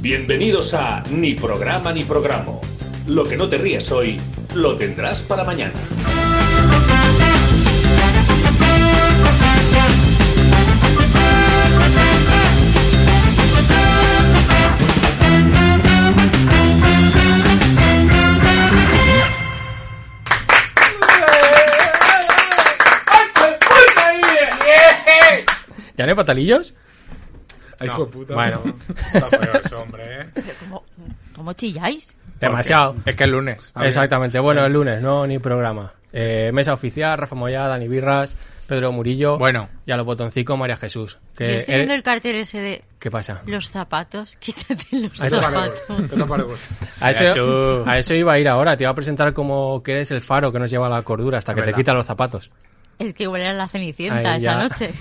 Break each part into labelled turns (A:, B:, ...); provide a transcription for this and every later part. A: Bienvenidos a Ni programa ni programa. Lo que no te ríes hoy, lo tendrás para mañana.
B: ¿Ya no hay patalillos?
C: Ay, hijo de puta.
B: Bueno.
C: Está feo ese hombre, ¿eh?
D: ¿Cómo, cómo chilláis?
B: Demasiado. Es que es lunes.
C: A ver.
B: Exactamente. Bueno, es lunes, no, ni programa. Eh, mesa oficial, Rafa Mollá, Dani Birras, Pedro Murillo.
C: Bueno.
B: Y a los botoncitos, María Jesús.
D: Yo
B: Que,
D: estoy viendo
B: eh,
D: el cartel ese de
B: ¿Qué pasa?
D: los zapatos. Quítate los
B: Ahí está.
D: zapatos.
C: Eso para vos.
B: A eso,
E: Jesús.
B: a eso iba a ir ahora. Te iba a presentar como que eres el faro que nos lleva a la cordura hasta que te
E: verdad.
B: quita los zapatos.
D: Es que igual era la Cenicienta
B: Ahí
D: esa
B: ya.
D: noche.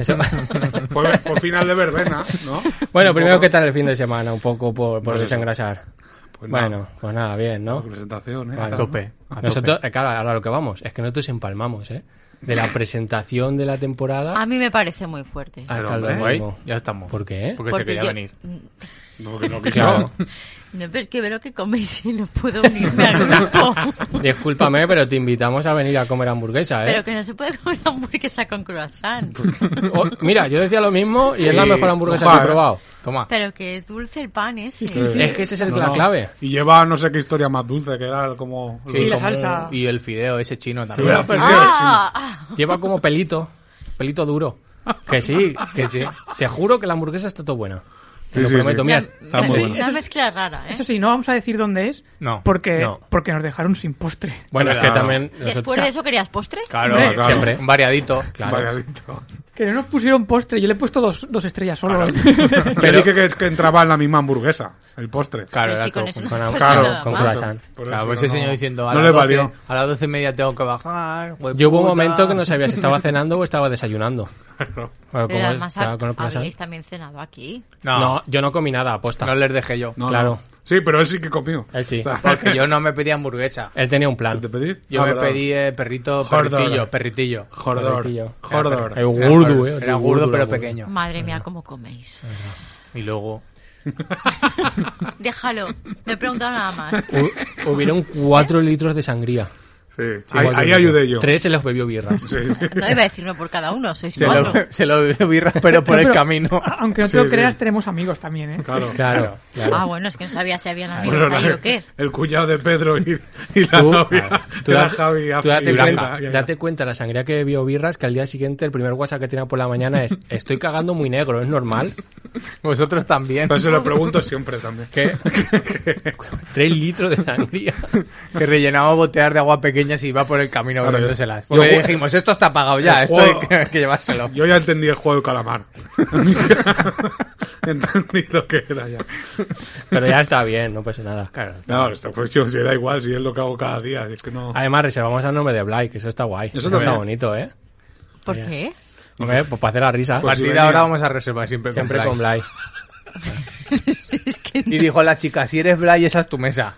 B: Eso-
C: Fue, fue final de verbena, ¿no?
B: bueno, primero,
C: que
B: ¿qué tal el fin de semana? Un poco por, por
C: Pues eso.
B: desengrasar.
C: Pues nada.
B: bueno, pues nada, bien, ¿no?
C: presentación, ¿eh?
B: Vale.
E: A tope. a
B: Nosotros,
E: tope.
B: eh, claro, ahora lo que vamos, es que nosotros empalmamos, ¿eh? De la presentación de la temporada
D: A mí me parece muy fuerte.
B: hasta el
C: hombre,
E: Guay,
B: domingo.
E: ya estamos.
B: ¿Por qué?
E: Porque, se quería
D: yo-
E: venir.
C: No, que no quiso.
B: Claro.
D: No, pero es que veo que coméis y no puedo unirme al grupo.
B: Discúlpame, pero te invitamos a venir a comer hamburguesa, ¿eh? Pues
D: Pero que no se puede comer hamburguesa con croissant.
B: O- mira, yo decía lo mismo y es la
E: Sí, eh.
B: mejor hamburguesa
C: ojalá,
B: que he probado.
E: Toma.
D: Pero que es dulce el pan ese.
B: Es que ese es el,
C: No,
B: la
C: no.
B: clave.
C: Y lleva no sé qué historia más dulce, que era el como...
E: Sí,
B: la
E: como-
B: salsa.
E: Y el fideo ese chino también.
C: Hubiera perdido,
D: Ah, ah,
B: Lleva como pelito, pelito duro. Que sí, que sí. Te juro que la hamburguesa está todo buena. Te
C: Sí,
B: lo
C: sí,
B: prometo.
C: sí.
B: Mira,
D: una,
B: está muy buena.
D: ah, una mezcla rara, ¿eh?
F: Eso sí, no vamos a decir dónde es.
E: No,
F: Porque,
B: no.
F: porque nos dejaron sin postre.
B: Bueno, es que
E: Claro.
B: también... nosotros-
D: Después de eso, ¿querías postre?
E: Claro,
F: Hombre,
E: claro.
B: siempre.
E: Un ¿Eh? variadito.
B: Claro.
C: variadito.
F: Que no nos pusieron postre. Yo le he puesto dos, dos estrellas solo.
C: Yo dije que, que entraba en la misma hamburguesa, el postre.
E: Claro,
D: Pero
E: era
D: sí, con
E: todo
D: eso
E: junto.
D: no
B: con-
D: fue
B: claro,
D: nada
B: con
D: más.
B: croissant.
C: Por
E: Claro,
C: eso
E: pues ese
C: no-
E: señor diciendo a
C: No
E: las
C: le
E: 12
C: valió.
E: a las doce y media tengo que bajar.
B: Yo hubo un momento que no sabía si estaba cenando o estaba desayunando. Bueno,
D: Pero
B: como
D: además,
B: estaba con el croissant.
D: habéis también cenado aquí.
E: No,
B: No,
E: no,
B: yo no comí nada, aposta.
E: les dejé yo.
C: No,
B: claro.
C: no. Sí, pero él sí que comió.
B: Él sí.
E: Porque yo no me pedí hamburguesa.
B: Él tenía un plan.
C: ¿Te pediste?
E: Yo
C: Ah,
E: me
C: verdad.
E: pedí eh, perrito,
C: Jordor.
E: perritillo, perritillo.
C: Jordor.
B: Perritillo.
C: Jordor.
B: Era gordo, eh.
E: Era gordo pero
B: era gordo.
E: pequeño.
D: Madre mía, cómo coméis.
E: Y luego...
D: Déjalo, no he preguntado nada más.
B: Hu- Hubieron cuatro litros de sangría.
C: Sí,
B: Sí,
C: ahí,
B: cuatro
C: ahí
B: litros.
C: ayudé yo.
B: Tres se los bebió birras.
C: Sí, sí.
D: No iba a decir uno por cada uno, sois
E: Se
D: cuatro.
E: lo, se lo birra, pero por
F: No,
E: el
F: pero-
E: camino.
F: a- Aunque no te
C: Sí,
F: lo
C: sí.
F: creas, tenemos amigos también, ¿eh?
C: Claro.
B: Claro, claro.
D: Ah, bueno, es que no sabía si habían
C: Bueno,
D: amigos ahí
C: la-
D: o qué.
C: El cuñado de Pedro y, y la
B: Tú- ah,
C: novia.
B: tú
C: y la
B: date-
C: Javi.
B: tú date,
C: y Blanca.
B: cuenta,
C: Ya, ya.
B: date cuenta la sangría que bebió birras que al día siguiente el primer WhatsApp que tenía por la mañana es estoy cagando muy negro, es normal.
E: Vosotros también.
B: Pues-
C: Pero se lo pregunto siempre también.
B: ¿Qué? Tres litros de sangría.
E: que rellenaba botear de agua pequeñas y iba por el camino
C: Claro.
E: bebiéndoselas.
C: Yo
E: Porque
C: ju-
E: dijimos, esto está pagado ya,
C: El
E: esto
C: juego-
E: hay que, hay que llevárselo.
C: Yo ya entendí el juego del calamar. entendí lo que era ya.
B: Pero ya está bien, no pasa nada.
C: No, esta cuestión si da igual, si es lo que hago cada día. Es que no.
B: Además, reservamos al nombre de Blake, eso está guay.
C: Eso
B: Eso está
C: también.
B: bonito, ¿eh?
D: ¿Por
B: Bien.
D: qué?
B: Hombre, pues para hacer la risa.
E: A
C: Pues si
E: partir de
C: venía-
E: ahora vamos a reservar siempre,
B: Siempre
E: con
B: con
E: Blay.
B: Blake.
D: Es que
E: Y dijo la chica, si eres Blay, esa es tu mesa.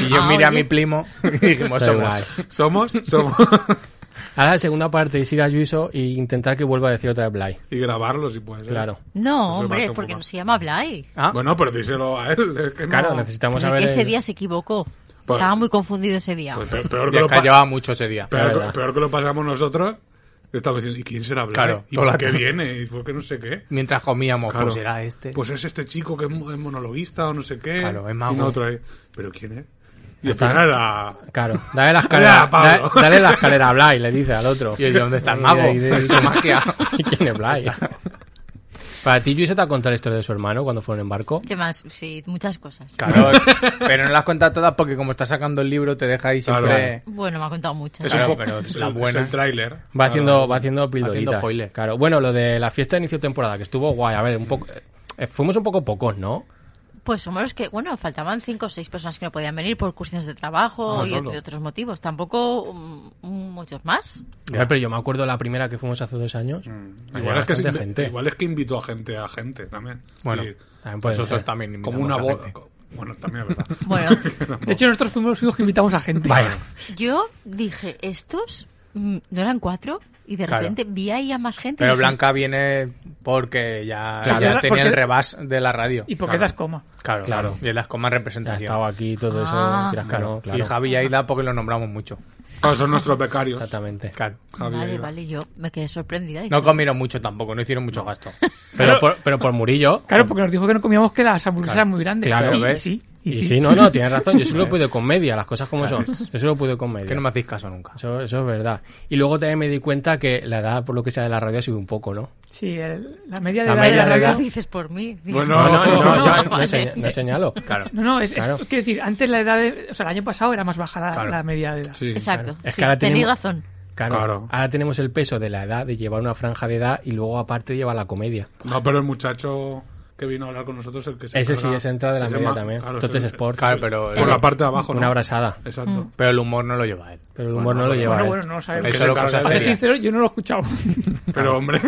E: Y yo
D: Ah,
E: miré a
D: oye.
E: mi primo y dijimos,
B: Soy
E: somos.
B: Blay.
C: ¿Somos? Somos.
B: Ahora la segunda parte es ir a Juiso e intentar que vuelva a decir otra vez Blay.
C: y grabarlo si puedes. ¿eh?
B: Claro.
D: No,
C: Eso
D: hombre,
C: pasa
D: porque
C: poco.
D: no se llama Blay.
E: Ah,
C: Bueno, pero díselo a él. es que no.
B: Claro, necesitamos
D: Pero
B: saber.
D: que ese
B: el-
D: día se equivocó.
C: Pues-
D: Estaba muy confundido ese día.
C: Pues pe- peor, que
E: ya
C: lo pa-
E: callaba mucho ese día.
C: peor-
B: La verdad.
C: peor que lo pasamos nosotros. que Estamos diciendo, ¿y quién será Blay?
E: Claro,
C: ¿Y
E: toda
C: por
E: la
C: qué
E: tarde.
C: viene? ¿Y por qué no sé qué?
E: Mientras comíamos,
C: Claro.
E: pues será este.
C: Pues es este chico que es mo- es monologuista o no sé qué.
E: Claro, es mago.
C: Y no otro ahí. ¿Pero quién es? Y al
B: Está-
C: final era...
B: Claro, dale la
C: Dale
B: escalera.
C: a
B: Dale,
C: Pablo.
B: dale la escalera a Blay, le dice al otro.
E: y el de dónde está el
B: Y
E: mago.
B: de- y de-
E: Qué magia.
B: ¿Y quién es Blay? Para ti, Juiso te ha contado la historia de su hermano cuando fueron en barco.
D: ¿Qué más? Sí, muchas cosas.
E: Claro, pero no las cuentas todas porque como estás sacando el libro te deja ahí
C: Claro.
E: siempre...
D: Bueno, me ha contado muchas.
C: Es
E: Claro,
C: un poco
E: pero
C: es
E: la
C: el-
E: buena.
C: es el tráiler.
B: Va haciendo, va haciendo
E: Haciendo
B: pildoritas.
E: spoiler.
B: claro. Bueno, lo de la fiesta de inicio de temporada, que estuvo guay. A ver, un poco. eh, Fuimos un poco pocos, ¿no?
D: Pues somos los que, bueno, faltaban cinco o seis personas que no podían venir por cuestiones de trabajo
C: Ah,
D: y
C: solo.
D: de otros motivos. Tampoco mm, muchos más.
B: A ver, pero yo me acuerdo la primera que fuimos hace dos años.
C: Igual es, que se
B: bastante
C: invi-
B: gente.
C: igual es que invitó a gente a gente también.
E: Bueno,
C: Sí,
B: También puede
E: Nosotros
B: ser.
E: Pues también invitamos
C: como una
E: a
C: boda.
E: gente.
C: Bueno, también es verdad.
D: Bueno,
F: De hecho, nosotros fuimos los que invitamos a gente.
B: Vaya.
D: yo dije, estos mm, no eran cuatro, y de
E: Claro.
D: repente vi ahí a más gente. y
E: Pero
D: dije,
E: Blanca viene porque ya,
B: Claro.
E: ya tenía el
F: Porque-
E: rebas de la radio.
F: ¿Y por qué
B: Claro.
F: das coma?
E: Claro,
B: Claro.
E: claro. Y las comas
B: Ya
E: representación.
B: estaba aquí y todo eso.
D: Ah.
B: quieras que
E: Claro,
B: no, claro.
E: Y Javi y Aida porque lo nombramos mucho.
C: Todos son nuestros becarios.
B: Exactamente.
E: Claro.
C: Javi,
D: Vale,
C: ahí va.
D: vale, yo me quedé sorprendida.
E: No
D: Dije,
E: comieron mucho tampoco, no hicieron mucho gasto.
B: Pero, por, pero por Murillo.
F: Claro, porque nos dijo que no comíamos que las hamburguesas
B: Ah. Claro.
F: eran muy grandes.
B: Claro,
F: Y- y,
B: ¿ves?
F: sí. Y,
B: Y
F: sí.
B: sí, no, no, tienes razón. Yo solo pude con media, las cosas como son. Yo solo pude con media.
E: que no me hacéis caso nunca.
B: Eso, eso es verdad. Y luego también me di cuenta que la edad, por lo que sea de la radio, ha sido un poco, ¿no?
F: Sí, el- la media de
B: La
F: edad
B: media de
F: de la
B: edad.
F: radio-
D: No dices por mí. dices
C: Bueno,
D: por-
C: no,
B: yo
D: no,
B: no,
D: vale.
B: señal- no señalo. Claro.
F: No, no, es, es-
B: Claro.
F: quiero decir, antes la edad, de- o sea, el año pasado era más baja la,
E: Claro.
F: la media de edad.
C: Sí.
D: Exacto.
B: Es que
D: sí,
B: ahora
D: tenéis
B: tenemos-
D: razón.
B: Claro,
C: Claro.
B: Ahora tenemos el peso de la edad, de llevar una franja de edad y luego aparte lleva la comedia.
C: No, pero el muchacho que vino a hablar con nosotros, el que se
B: Ese
C: encarga-
B: sí, ese entra de la
C: ese
B: media
C: ma-
B: también.
C: claro,
B: Totes
C: ese-
B: Sport.
E: Claro, pero,
C: Por la parte de abajo, ¿no?
B: Una abrazada.
C: Exacto.
E: pero el humor no lo lleva él.
B: Pero el humor no lo lleva.
F: Bueno,
B: él.
F: bueno, no lo sabemos.
E: Eso lo cosa
C: Para
F: Para ser
E: seria.
F: sincero, yo no lo he escuchado.
C: Pero, hombre.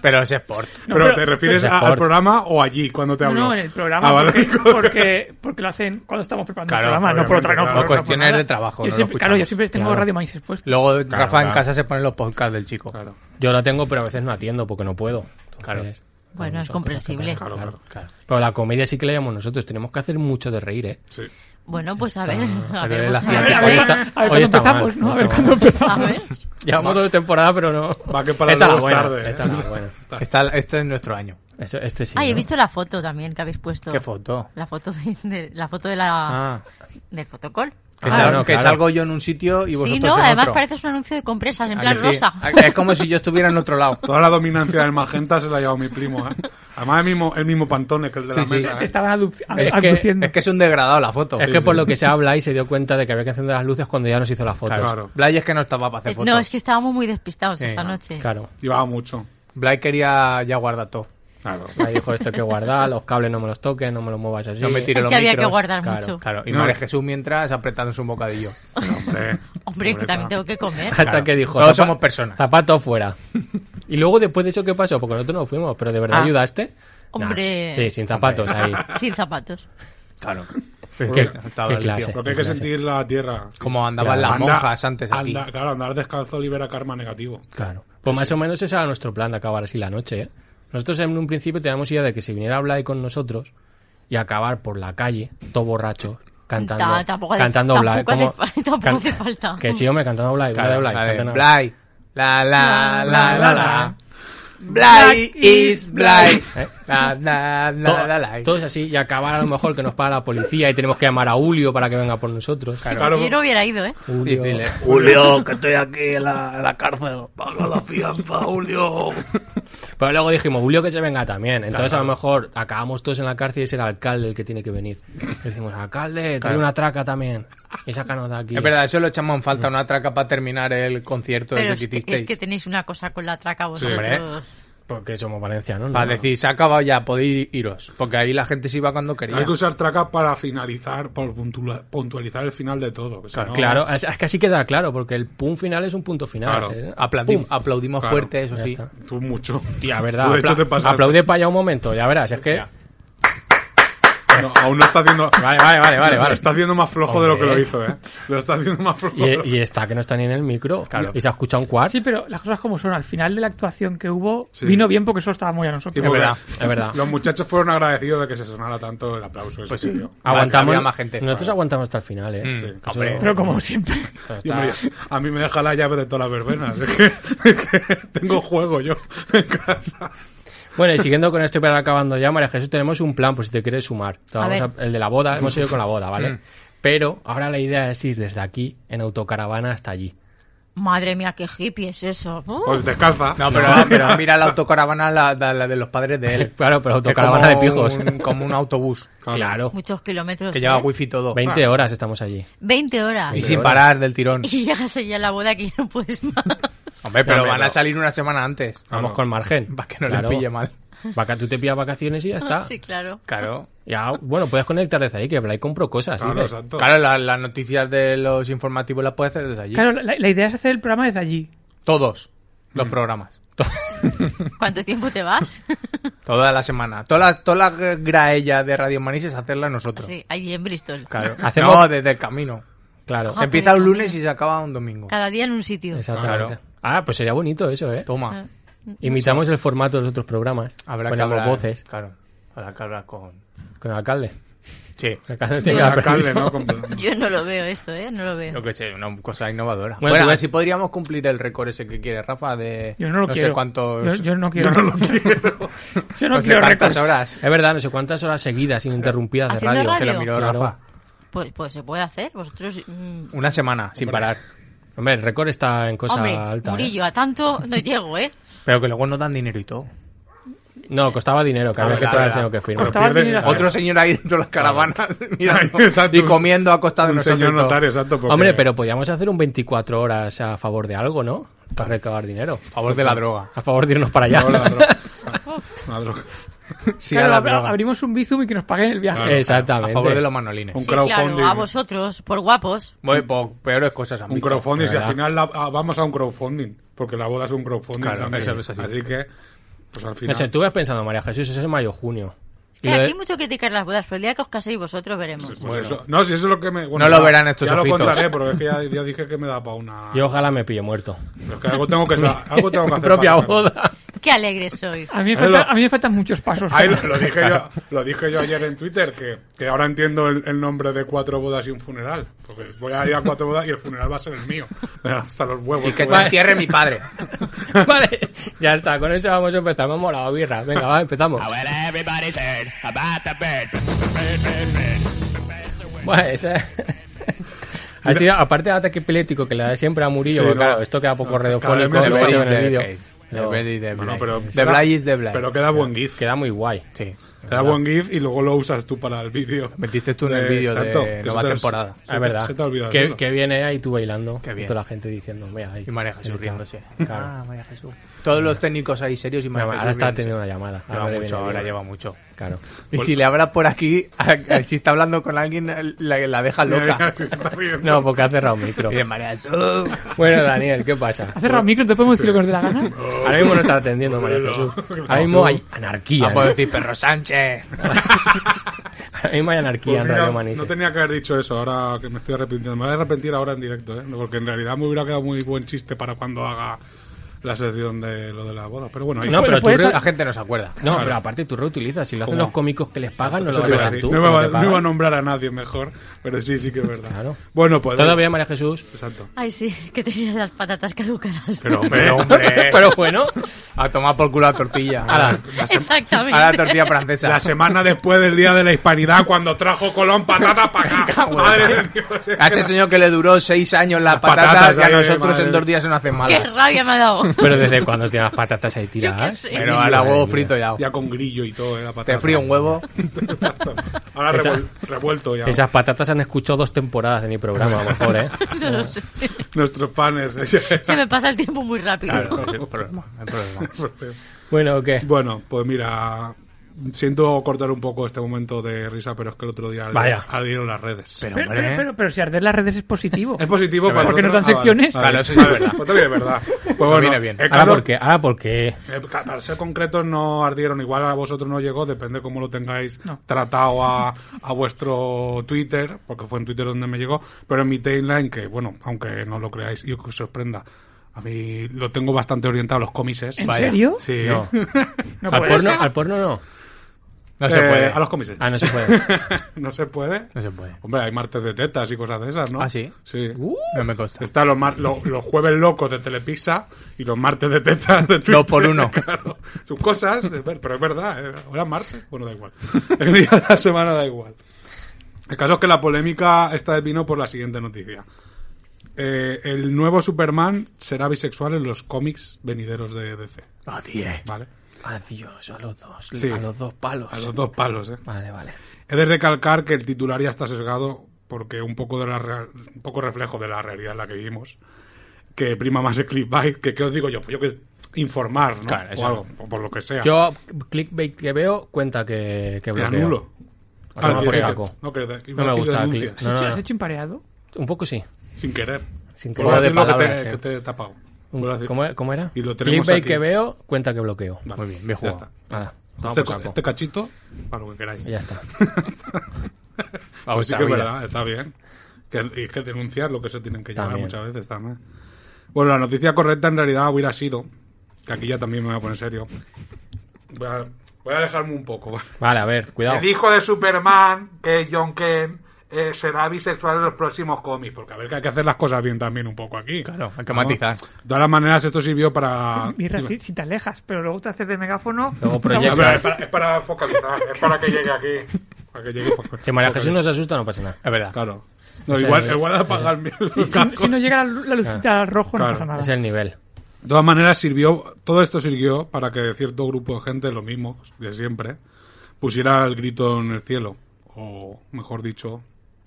E: Pero es sport.
C: pero,
F: pero-
C: ¿te refieres
B: pero-
C: a- al programa o allí cuando te
F: No,
C: hablo?
F: no, en el programa.
C: Ah, vale.
F: porque, porque, porque lo hacen cuando estamos preparando
E: Claro,
F: el programa, no por otra no,
C: obviamente, claro.
F: por otra- por
E: Cuestiones
F: nada.
E: de trabajo,
F: Yo
E: no lo
F: siempre- claro, yo
E: escuchamos.
F: siempre tengo
B: Claro.
F: Radio Maises puesto.
E: Luego Rafa en
C: claro.
E: casa se pone los podcasts del chico.
C: Claro.
B: Yo la tengo, pero a veces no atiendo porque no puedo. Entonces,
E: Claro.
D: Bueno,
B: son cosas
D: es
B: que
D: comprensible.
B: pasan,
C: Claro,
E: claro.
B: Pero la comedia sí que la llamamos nosotros. Tenemos que hacer mucho de reír, ¿eh?
C: Sí.
D: Bueno, pues a ver. A
E: pero
D: ver,
E: la
D: pues,
E: tía
D: a
E: que
D: ver, a
B: hoy
D: ver,
B: está-
F: a ver
B: hoy
F: cuándo
B: está mal,
F: empezamos, ¿no?
B: hoy
F: A ver
B: está mal.
F: cuándo
D: a
F: empezamos.
D: ver.
B: Llevamos dos temporadas, pero no.
C: Va que
B: esta
C: para
B: es la
C: luego es
B: buena.
C: tarde, ¿eh?
B: Esta es la buena.
E: Esta- este es nuestro año.
B: Eso- este sí.
D: Ay, Ah, he
B: ¿no?
D: visto la foto también que habéis puesto.
E: ¿Qué foto?
D: La foto de, de- la foto de la
E: Ah,
D: del fotocol.
E: que,
B: Ah,
E: sal-
B: no,
E: que
B: claro.
E: salgo yo en un sitio y vosotros
D: Sí, no,
E: en
D: además
E: otro.
D: pareces un anuncio de compresas en
E: ¿A
D: plan
E: que sí?
D: rosa.
E: A- Es como si yo estuviera en otro lado.
C: Toda la dominancia del magenta se la ha llevado mi primo. ¿eh? Además, el mismo, el mismo pantone que el de la
E: Sí, sí.
C: mesa. ¿eh?
B: Este-
F: Te estaban abduc-
B: Es que-
F: abduciendo.
E: Es que es un degradado la foto.
B: Es que por lo que se habla y se dio cuenta de que había que encender las luces cuando ya nos hizo la foto.
C: Claro.
E: Blay es que no estaba para hacer
D: Eh,
E: fotos.
D: No, es que estábamos muy despistados
E: Sí,
D: esa
E: no,
D: noche.
B: Claro.
C: Llevaba mucho.
E: Blay quería ya guardar todo.
C: Claro.
B: Me dijo esto hay que guardar, los cables no me los toques, no me los muevas así.
E: No me tires
D: Es
E: los
D: que había que
E: micros.
D: guardar
B: claro,
D: mucho.
E: Claro, y
C: No.
E: María Jesús mientras apretando su bocadillo.
C: Pero, hombre.
D: Hombre, que también
C: claro.
D: tengo que comer.
B: Hasta
E: Claro.
B: que dijo.
E: Todos
B: "Zapa-
E: somos personas".
B: Zapato fuera. Y luego después de eso, ¿qué pasó? Porque nosotros nos fuimos, pero ¿de verdad
E: Ah.
B: ayudaste?
D: Hombre.
B: Nah. Sí, sin zapatos ahí.
D: Sin zapatos.
E: Claro.
B: Qué-
E: Estaba
B: qué
E: limpio.
B: clase.
C: Porque hay que sentir la tierra.
E: Como andaban
B: Claro.
E: las
C: Anda-
E: monjas antes aquí.
C: anda- claro, andar descalzo libera karma negativo.
B: Claro. Pues más o menos ese era nuestro plan de acabar así la noche, ¿eh? Nosotros en un principio teníamos idea de que si viniera a hablar con nosotros y acabar por la calle, todo borracho, cantando,
D: Ta- tampoco hace-
B: cantando Blay,
D: tampoco hace
B: como-
D: fa- tampoco
B: can-
D: hace falta.
B: Que sí, hombre, cantando Blay,
E: Claro,
B: Blay,
E: la de
B: Blay, cantando-
E: Blay. La, la, la, la, la. Blay is Blay.
B: ¿Eh?
E: La, la, la, la, la.
B: Todo- Todo es así y acabar a lo mejor que nos para la policía y tenemos que llamar a Julio para que venga por nosotros.
D: Sí,
C: Claro.
D: Yo no hubiera ido, ¿eh?
E: Y
B: Julio.
E: dile,
G: Julio, que estoy aquí en la, en la cárcel. Paga la fianza, Julio.
B: Pero luego dijimos, Julio que se venga también. Entonces a lo mejor acabamos todos en la cárcel y es el alcalde el que tiene que venir. Le decimos, alcalde, trae una traca también. Y sácanos de aquí.
E: Es verdad, eso lo echamos en falta, una traca para terminar el concierto
D: Pero
E: de
D: es que, es que tenéis una cosa con la traca vosotros.
B: Porque somos valencianos, ¿no?
E: Para decir, se ha acabado ya, podéis iros. Porque ahí la gente se iba cuando quería.
C: Hay que usar traca para finalizar, por puntula- puntualizar el final de todo. que si no-
B: Claro, es, es que así queda claro, porque el pun final es un punto final.
C: Claro.
B: ¿eh?
E: Aplaudi-
B: Pum.
E: aplaudimos
C: Claro.
E: fuerte, eso
B: Ya
E: sí.
B: está.
C: Tú mucho.
B: Tía, verdad.
C: Tú, de hecho,
B: apla-
C: te pasaste.
B: Aplaude para allá un momento, ya verás. Es que.
E: Ya.
C: No, aún no está haciendo.
B: Vale, vale, Eh, vale, vale.
C: Lo
B: vale.
C: está haciendo más flojo de lo que
B: Hombre.
C: lo hizo, ¿eh? Lo está haciendo más flojo. de lo que-
B: Y, y está que no está ni en el micro.
E: Claro.
B: Y se ha escuchado un cuart.
F: Sí, pero las cosas como son. Al final de la actuación que hubo,
C: Sí.
F: vino bien porque solo estábamos ya
C: Y
F: nosotros.
E: Es
C: porque
E: verdad,
B: es verdad.
C: Los muchachos fueron agradecidos de que se sonara tanto el aplauso. Ese tío.
B: Aguantamos.
E: Había más gente.
B: Nosotros
E: Claro.
B: aguantamos hasta el final, ¿eh?
E: Mm,
C: Sí.
B: Eso-
E: hombre.
F: Pero como siempre.
B: eso
C: Y,
B: está-
C: hombre, a mí me deja la llave de todas las verbenas. Es que, es que tengo juego yo en casa.
B: Bueno, y siguiendo con esto y para ir acabando ya, María Jesús, tenemos un plan, por si te quieres sumar. Te
D: A
B: vamos
D: ver.
B: a- el de la boda, hemos ido con la boda, ¿vale?
E: Mm.
B: Pero ahora la idea es ir desde aquí en autocaravana hasta allí.
D: Madre mía, qué hippie es eso. Uh,
C: Pues descalza.
E: No, pero, pero mira la autocaravana, la, la- la de los padres de él.
B: Claro, pero
E: Es
B: autocaravana de
E: como
B: pijos.
E: un- como un autobús
B: Claro.
D: Uh, Muchos kilómetros.
E: que lleva
D: ¿eh?
E: wifi todo.
B: 20 horas estamos allí.
D: 20 horas.
E: Y
D: Y,
E: sin parar del tirón.
D: llegas allí a la boda que ya no puedes más.
E: Hombre, pero
B: Hombre,
E: van a
B: pero-
E: salir una semana antes.
B: Vamos con margen.
E: Para que no
B: Claro.
E: les pille mal.
B: Vaca- tú te pillas vacaciones y ya
E: Ah.
B: está.
D: sí, claro.
E: Claro.
B: Ya, bueno, puedes conectar desde ahí, que Blay compró cosas.
C: Claro,
B: dices.
C: exacto.
E: Claro, la- las noticias de los informativos las puedes hacer desde allí.
F: Claro, la, la idea es hacer el programa desde allí.
E: Todos los programas.
D: ¿Cuánto tiempo te vas?
E: Toda la semana. Todas las todas las graellas de Radio Manís es hacerla nosotros.
D: sí, allí en Bristol.
E: Claro.
B: Hacemos-
E: No, desde el camino.
B: Claro, em-
D: Ah,
E: se empieza
D: por el
E: un lunes
D: camino.
E: y se acaba un domingo.
D: Cada día en un sitio.
B: exactamente.
E: Claro.
B: Ah, pues sería bonito eso, ¿eh?
E: Toma.
F: Ah.
B: Imitamos el formato de los otros programas.
E: Habrá que
B: Ponemos
E: hablar.
B: voces
E: Claro. Habrá que hablar con.
B: con el alcalde.
E: Sí.
B: El alcalde
C: El
B: tiene que dar
C: alcalde,
B: permiso.
C: ¿no? Con-
D: Yo no lo veo esto, ¿eh? No lo veo.
E: Yo que sé, una cosa innovadora.
B: Bueno,
E: Bueno,
B: tú
E: a ver
B: ves-
E: si podríamos cumplir el récord ese que quiere Rafa de.
F: Yo no lo quiero.
E: sé cuántos.
F: Yo, yo no quiero. Yo no,
E: no sé
F: quiero
E: cuántas
F: récords.
E: horas.
B: Es verdad, no sé cuántas horas seguidas, ininterrumpidas de
D: Haciendo
B: radio.
E: Que lo miró
B: Claro.
E: Rafa.
D: Pues, pues se puede hacer. Vosotros. mm,
E: Una semana, sin parar.
B: Hombre, el récord está en cosa
D: Hombre,
B: alta. ¿eh?
D: Murillo, a tanto no llego, ¿eh?
E: Pero que luego no dan dinero y todo.
B: No, costaba dinero, que
E: Ah,
B: había que
E: verdad,
B: traer al
E: verdad.
B: señor que firma.
F: Costaba
C: pierde-
F: dinero hacer-
E: Otro señor ahí dentro de las caravanas mirando
C: Exacto,
E: y
C: un-
E: comiendo a costa de
C: un
E: nosotros.
C: señor
E: y todo.
C: notario, exacto. porque-
B: Hombre, pero podíamos hacer un 24 horas a favor de algo, ¿no? Para recabar dinero.
E: A favor de la droga.
B: A favor de irnos para allá.
C: No, la droga. La droga.
E: Sí,
F: Claro,
E: a la
F: ab-
E: droga.
F: abrimos un bizum y que nos paguen el viaje.
C: Claro.
B: Exactamente.
E: A favor de los manolines.
C: Un
D: Sí, claro,
C: crowdfunding.
D: a vosotros, por guapos.
E: Bueno, po- peores cosas han
C: Un
E: visto,
C: crowdfunding,
E: la
C: si al
E: verdad.
C: final la- ah, vamos a un crowdfunding, porque la boda es un crowdfunding
E: Claro,
C: también.
E: eso es así.
C: que, pues al final.
B: No sé, tú ves pensando, María Jesús, eso es mayo-junio. Y
D: Eh,
B: lo de-
D: aquí mucho criticar las bodas, pero el día que os caséis vosotros veremos.
C: pues eso- no, si eso es lo que me.
E: No lo
C: ya-
E: verán estos
C: Ya
E: ojitos.
C: lo contaré, pero es que ya, ya dije que me da para una.
B: Yo ojalá me pillo muerto.
C: Pero es que algo tengo que, sa- algo tengo que
B: Mi
C: hacer.
B: propia
C: para-
B: boda.
D: Qué alegres sois.
F: A mí, me
C: Ahí lo-
F: faltan, a mí me faltan muchos pasos. ¿eh?
C: Ahí lo, lo dije yo, lo dije yo ayer en Twitter, que, que ahora entiendo el, el nombre de cuatro bodas y un funeral. Porque voy a ir a cuatro bodas y el funeral va a ser el mío. Hasta los huevos.
E: Y que
C: voy
E: te
C: a-
E: entierre mi padre.
B: vale, ya está, con eso vamos a empezar. Me ha molado, birra. Venga, va, empezamos.
E: Ah,
B: Bueno, esa- Ha sido, aparte del ataque epiléptico que le da siempre a Murillo,
C: Sí,
B: porque
C: no.
B: claro, esto queda poco
C: Cada vez
B: radiofónico, lo
C: menos lo
B: veis en
C: veis.
B: el vídeo.
E: The Blade de
C: Bueno,
E: Blade.
C: pero
E: The Blade is the Blade.
C: Pero queda buen GIF.
B: Queda muy guay.
E: Sí.
C: Te da buen GIF y luego lo usas tú para el vídeo.
E: Metiste tú en el
C: Eh,
E: vídeo de
C: exacto, que
E: nueva
C: se te-
E: temporada.
C: se
B: Ah,
C: te-
B: Es verdad.
C: Se te ha olvidado.
B: que,
C: decirlo.
B: que viene ahí tú bailando.
E: Qué
B: y
E: bien.
B: toda la gente diciendo, mira, ahí.
E: Y María Jesús
B: Ahí está.
E: riéndose.
B: Claro.
E: Ah, María Jesús. Todos los técnicos ahí serios y
B: Mira,
E: María
B: ahora
E: Jesús
B: está
E: riéndose.
B: teniendo una llamada.
E: Lleva
B: le
E: Ah, mucho,
B: viene
E: ahora
B: bien.
E: lleva mucho.
B: Claro.
E: Y si le hablas por aquí, a- a- si está hablando con alguien, la, la deja loca.
C: Se está riendo.
B: No, porque ha cerrado un micro.
E: Y de María Ah, Jesús.
B: Bueno, Daniel, ¿qué pasa?
F: ¿Has cerrado el micro? ¿Te podemos decir lo que nos dé la gana?
B: Ahora mismo no está atendiendo María Jesús. Ahora mismo hay anarquía.
E: Ah, puedo
B: ¿no?
C: pues
E: decir Perro Sánchez.
B: Ahora mismo hay
C: Pues
B: anarquía en
C: mira,
B: Radio
C: no
B: Manises.
C: tenía que haber dicho eso, ahora que me estoy arrepintiendo. Me voy a arrepentir ahora en directo, ¿eh? porque en realidad me hubiera quedado muy buen chiste para cuando haga la sección de lo de la boda. Pero bueno, ahí-
B: No, pero tú
F: puedes-
B: re-
E: La gente no se acuerda.
B: No,
C: Claro.
B: pero aparte tú reutilizas. Si lo hacen
C: ¿Cómo?
B: los cómicos que les pagan, no
C: eso
B: lo
C: te
B: vas
C: iba
B: a
C: a
B: hacer
C: decir.
B: tú.
C: no,
B: no
C: iba,
B: te
C: no iba a
B: pagan.
C: nombrar a nadie mejor, pero sí, sí que es verdad.
B: Claro.
C: Bueno, pues.
B: Todo bien, María Jesús.
C: Exacto.
D: Ay, sí, que tenía las patatas caducadas.
E: Pero hombre,
C: Eh.
E: hombre.
B: Pero bueno,
E: A tomar por culo la tortilla. A la,
C: em-
D: Exactamente.
E: a la tortilla francesa.
C: La semana después del Día de la Hispanidad, cuando trajo Colón patatas para acá. Madre de Dios.
E: A ese señor que le duró seis años las patatas,
C: patatas,
E: que a
C: ay,
E: nosotros
C: madre.
E: en dos días se nos hacen
D: Qué
E: malas.
D: rabia me ha dado.
B: pero ¿desde cuándo tienes las patatas ahí tiradas?
D: Yo qué sé.
E: Pero ahora
B: Madre
E: huevo
B: mía.
E: frito ya.
C: Ya con grillo y todo, ¿eh? la patata.
E: Te frío un huevo.
C: Exacto. Ahora
B: Esa-
C: revol- revuelto ya.
B: Esas patatas han escuchado dos temporadas de mi programa, a lo mejor, ¿eh?
D: No lo sé.
C: Nuestros panes.
D: Se me pasa el tiempo muy rápido.
B: Bueno, ¿qué?
C: Bueno, pues mira, siento cortar un poco este momento de risa, pero es que el otro día
B: Vaya.
C: adhieron las redes.
E: Pero,
F: Pero,
E: hombre,
F: pero, pero, pero si arder las redes es positivo.
C: es positivo para
F: Porque
C: nosotros-
F: nos dan secciones.
E: Claro, eso sí es
C: vale.
E: verdad.
C: Pues también es verdad. Pues bueno,
E: viene bien.
C: eh,
B: Ahora
C: claro,
B: porque, ahora porque
C: eh, ca- para ser concretos no ardieron, igual a vosotros no llegó, depende cómo lo tengáis
F: No.
C: tratado a, a vuestro Twitter, porque fue en Twitter donde me llegó, pero en mi timeline, que bueno, aunque no lo creáis y que os sorprenda, a mí lo tengo bastante orientado a los cómices.
F: ¿En
E: Vaya.
F: serio?
C: Sí. Ah, pues
B: No.
F: No
B: al
F: puede
B: porno,
F: ser.
B: al porno no.
E: no se
C: Eh,
E: puede.
C: A los cómices.
B: Ah, no se puede.
C: no se puede.
E: No se puede.
C: Hombre, hay martes de tetas y cosas de esas, ¿no?
E: ¿Ah, sí?
C: Sí.
B: Uh.
E: No me consta.
C: Está los, mar- lo- los jueves locos de Telepizza y los martes de tetas de Twitter.
E: Dos por uno.
C: Claro. Sus cosas, es ver- pero es verdad. ¿eh? ¿O era martes? Bueno, da igual. El día de la semana da igual. El caso es que la polémica esta vez vino por la siguiente noticia. Eh, el nuevo Superman será bisexual en los cómics venideros de DC. ¿Vale?
B: Adiós, a los dos.
C: Sí.
B: A los dos palos.
C: A los dos palos, ¿eh?
B: Vale, vale.
C: He de recalcar que el titular ya está sesgado porque un poco de la real- un poco reflejo de la realidad en la que vivimos. Que prima más el clickbait, que qué os digo yo, pues yo que informar, ¿no?
E: Claro, eso.
C: o algo, o por lo que sea.
B: Yo, clickbait que veo, cuenta que, que
C: te
B: bloqueo.
C: anulo.
B: A tomar
C: Ah,
B: por
C: es
B: saco.
C: que- No, que- que-
B: No me
C: que
B: gusta.
C: denuncias,
B: click- no, no,
F: ¿Has
B: no.
F: hecho- ¿Has hecho un pareado?
B: Un poco sí.
C: Sin querer.
B: Sin
C: Vuelvo a
B: querer.
C: decir lo que te-
B: Palabras,
C: que,
B: eh.
C: te, he tapado.
B: Un-
C: Vuelvo a decir-
B: ¿Cómo, e- cómo era?
C: Y lo tenemos
B: clickbait
C: aquí.
B: que veo, cuenta que bloqueo.
C: Vale,
E: Muy bien, bien
C: ya
E: jugado.
C: está.
B: Hala, toma
C: Este,
B: por saco.
C: este cachito, para lo que queráis.
B: Y Ya está. Ah,
E: A
C: Pues sí
E: vuestra
C: que es
E: vida.
C: verdad, está bien. Que, y es que denunciar lo que se tienen que llevar
B: También.
C: muchas veces también. Bueno, la noticia correcta en realidad hubiera sido, que aquí ya también me voy a poner serio. Voy a, voy a alejarme un poco. ¿vale?
B: Vale, a ver, cuidado.
C: El hijo de Superman, que es John Kent, eh, será bisexual en los próximos cómics. Porque a ver que hay que hacer las cosas bien también un poco aquí.
E: Claro, hay que matizar.
C: De todas las maneras, esto sirvió para...
F: Mira, si, si te alejas, pero luego te haces de megáfono.
B: Luego
C: No,
B: proyectas.
C: pero es, para, es para focalizar, es para que llegue aquí. Para que llegue focal-
B: Si María Jesús nos asusta, no pasa nada. Es verdad.
C: Claro. No,
B: Ese
C: igual,
B: nivel.
C: igual apagar los
F: Si, si-
C: cascos.
F: si no llega la, lu- la lucita al rojo,
C: Ah, Claro.
F: no pasa nada.
B: Es el nivel.
C: De todas maneras, sirvió, todo esto sirvió para que cierto grupo de gente, lo mismo de siempre, pusiera el grito en el cielo. O, mejor dicho,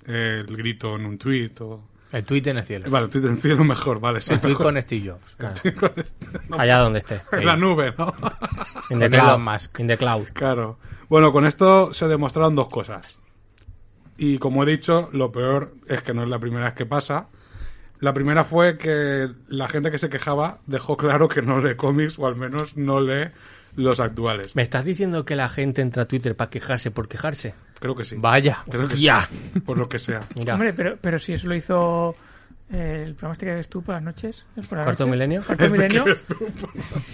C: el grito en un tuit. O...
E: El tuit en el cielo.
C: Vale, el tuit en el cielo mejor, vale. Sí,
E: El tuit
C: mejor.
E: con Steve Jobs.
C: Sí, con este, no,
B: Allá donde esté.
C: en la nube, ¿no?
B: In the
E: Con Elon
B: cloud.
E: Musk.
B: In the cloud.
C: Claro. Bueno, con esto se demostraron dos cosas. Y como he dicho, lo peor es que no es la primera vez que pasa. La primera fue que la gente que se quejaba dejó claro que no lee cómics o al menos no lee los actuales.
B: ¿Me estás diciendo que la gente entra a Twitter para quejarse por quejarse?
C: Creo que sí.
E: Vaya.
C: Creo que
B: hostia.
C: sí. Por lo que sea.
B: Mira,
F: Hombre, pero, pero si eso lo hizo eh, el programa este que ves tú por las noches. ¿es por la
B: ¿Cuarto
F: noche?
B: milenio?
F: Cuarto
C: Este
F: milenio.
C: que ves tú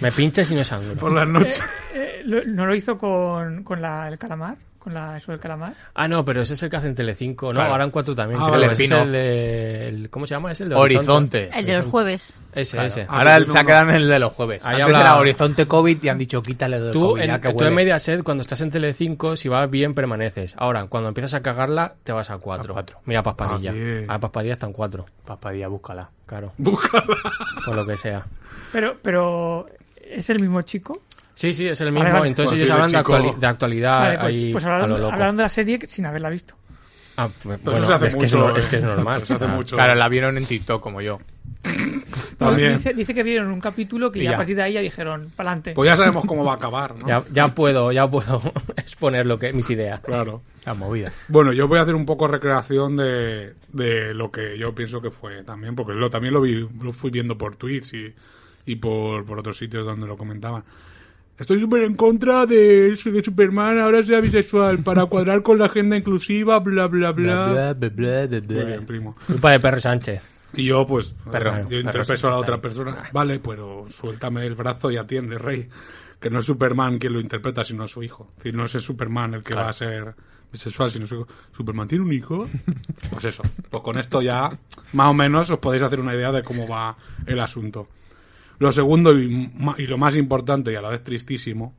B: me pinchas y no es ángulo.
C: por las noches.
F: eh, lo- ¿No lo hizo con, con la, el calamar? ¿Con la, eso del calamar?
B: Ah, no, pero ese es el que hace en Telecinco. No,
E: Claro.
B: ahora en 4 también.
C: Ah,
B: creo.
C: vale.
B: Ese es
E: Spin-off.
B: el de... el- ¿Cómo se llama? Es el de
E: Horizonte.
D: El de los jueves.
B: Ese, ese.
C: Ah,
E: Ahora
C: que
E: el-
C: tiene uno.
E: sacarán el de los jueves.
B: Ahí
E: Antes
B: habla-
E: era Horizonte COVID y han dicho quítale de
B: Tú,
E: COVID.
B: en,
E: ya
B: tú
E: que
B: en
E: huele.
B: Mediaset, cuando estás en Telecinco, si vas bien, permaneces. Ahora, cuando empiezas a cagarla, te vas a 4.
E: A cuatro.
B: Mira Paspadilla.
C: Ah, bien.
B: a Paspadilla está en 4,
E: Papadilla, búscala.
B: claro.
C: Búscala.
B: Por lo que sea.
F: Pero, pero ¿es el mismo chico?
B: Sí, sí, es el mismo.
F: Vale, vale.
B: Entonces ellos
C: Pues tiene
B: hablan de,
C: chico.
B: actuali- de actualidad
F: Vale, pues,
B: Ah, ahí
F: pues
B: a
F: hablaron,
B: lo loco.
F: hablaron de la serie que- sin haberla visto.
B: Ah, pues,
C: Pero eso
B: bueno,
C: se hace
B: es, que es,
C: mucho,
B: no- es que es
C: ¿eh?
B: normal.
C: Se hace
B: Ah,
C: mucho.
E: Claro, la vieron en TikTok como yo.
C: También.
F: Dice, dice que vieron un capítulo que
E: Y
F: ya
E: ya.
F: a partir de ahí ya dijeron, pa'lante.
C: Pues ya sabemos cómo va a acabar, ¿no?
B: Ya, ya puedo, ya puedo exponer lo que mis ideas.
C: Claro.
E: La movida.
C: Bueno, yo voy a hacer un poco recreación de, de lo que yo pienso que fue también, porque lo, también lo, vi, lo fui viendo por tweets y, y por, por otros sitios donde lo comentaban. Estoy súper en contra de eso que Superman ahora sea bisexual para cuadrar con la agenda inclusiva, bla, bla, bla.
E: Bla, bla, bla, bla, bla.
C: Muy bien, primo.
B: Culpa de Perro Sánchez.
C: Y yo, pues,
B: Perro,
C: eh,
B: perro,
C: yo
B: Ah.
C: interpreto
B: sí,
C: a la
B: está
C: otra persona. Vale, pero suéltame el brazo y atiende, rey. Que no es Superman quien lo interpreta, sino su hijo. Si no es el Superman el que va a ser bisexual, sino su hijo. ¿Superman tiene un hijo? Pues eso. Pues con esto ya, más o menos, os podéis hacer una idea de cómo va el asunto. Lo segundo y, ma- y lo más importante y a la vez tristísimo,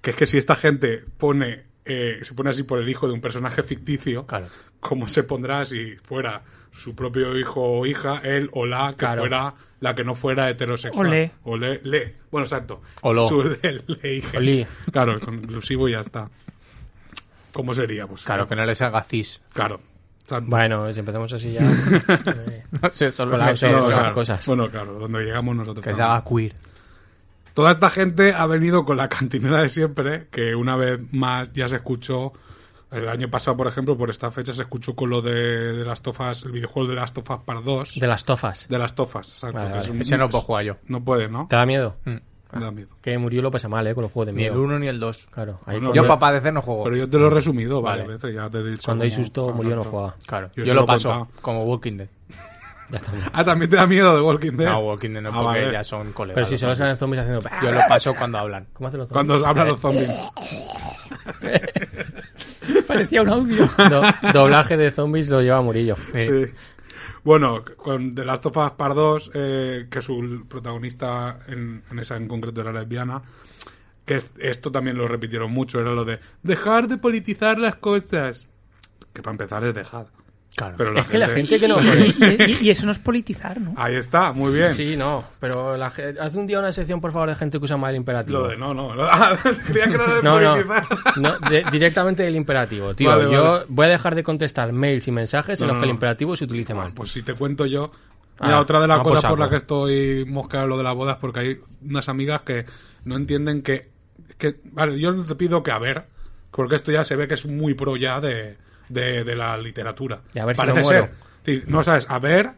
C: que es que si esta gente pone, eh, se pone así por el hijo de un personaje ficticio,
B: Claro.
C: ¿cómo se pondrá si fuera su propio hijo o hija, él o la que
B: Claro.
C: fuera la que no fuera heterosexual?
F: O le.
C: O le, le. Bueno, exacto.
E: O lo.
C: Su le, le hija.
B: O li.
C: Claro, con inclusivo y ya está. ¿Cómo sería? Pues,
E: Claro, que no les haga cis.
C: Claro. Exacto.
B: Bueno, si empezamos así ya. eh,
E: No sé, solo
B: Hola,
E: me sé
B: soy-
C: No,
E: eso.
B: esas
C: claro.
B: cosas.
C: Bueno, claro, donde llegamos nosotros.
E: Que se
C: también.
E: haga queer.
C: Toda esta gente ha venido con la cantinera de siempre, que una vez más ya se escuchó. El año pasado, por ejemplo, por esta fecha se escuchó con lo de, de las tofas, el videojuego de las tofas para 2.
B: de las tofas.
C: De las tofas, exacto.
B: Vale,
C: que es
B: vale.
C: un-
E: Ese no puedo jugar yo.
C: No puede, ¿no?
B: ¿Te da miedo?
C: Me da miedo.
B: Que murió lo pasa mal, ¿eh? Con los juegos de
E: Ni el
B: miedo.
E: 1 ni el 2.
B: Claro. ahí
C: Bueno,
B: cuando,
E: Yo para padecer no juego.
C: Pero yo te lo he resumido, vale.
B: Vale.
C: ya te he dicho
B: cuando hay
C: cómo-
B: susto,
C: cómo
B: murió no
C: tanto.
B: juega.
E: Claro,
C: Yo ¿Eh?
E: yo,
C: se lo
E: lo
C: he
E: paso
C: contado.
E: como Walking Dead.
B: Ya está bien.
C: Ah, también te da miedo de Walking Dead.
E: No, Walking Dead no,
C: Ah,
E: porque
C: vale.
E: ya son colegas.
B: Pero si
E: los
B: solo
E: zombies.
B: salen zombies haciendo... ¡Ah!
E: Yo lo paso cuando hablan.
B: ¿Cómo hacen los zombies?
C: Cuando hablan los zombies.
F: Parecía un audio.
B: Do- doblaje de zombies lo lleva Murillo.
C: Sí. Bueno, con The Last of Us Part 2, eh, que su protagonista en, en esa en concreto era lesbiana, que es- esto también lo repitieron mucho, era lo de dejar de politizar las cosas. Que para empezar es dejar.
E: Claro.
C: Pero
B: Es que la gente que no... ve-
F: Y, y- y eso no es politizar, ¿no?
C: Ahí está, muy bien.
B: Sí, no, pero la ge- haz un día una sección, por favor, de gente que usa mal el imperativo.
C: Lo de no, no. Ah, Creía que era lo de
B: No, no,
C: politizar.
B: no, de- directamente el imperativo, tío.
C: Vale,
B: yo
C: vale.
B: voy a dejar de contestar mails y mensajes en
C: No,
B: los que el
C: no.
B: imperativo se utilice mal.
C: Pues si te cuento yo.
B: Ah,
C: Mira, otra de las
B: ah, pues
C: cosas por
B: algo.
C: las que estoy mosqueado lo de la boda es porque hay unas amigas que no entienden que, que- Vale, yo te pido que a ver, porque esto ya se ve que es muy pro ya de, de- de la literatura.
B: Y a ver si
C: Parece
B: me muero.
C: ser. Sí, No sabes, a ver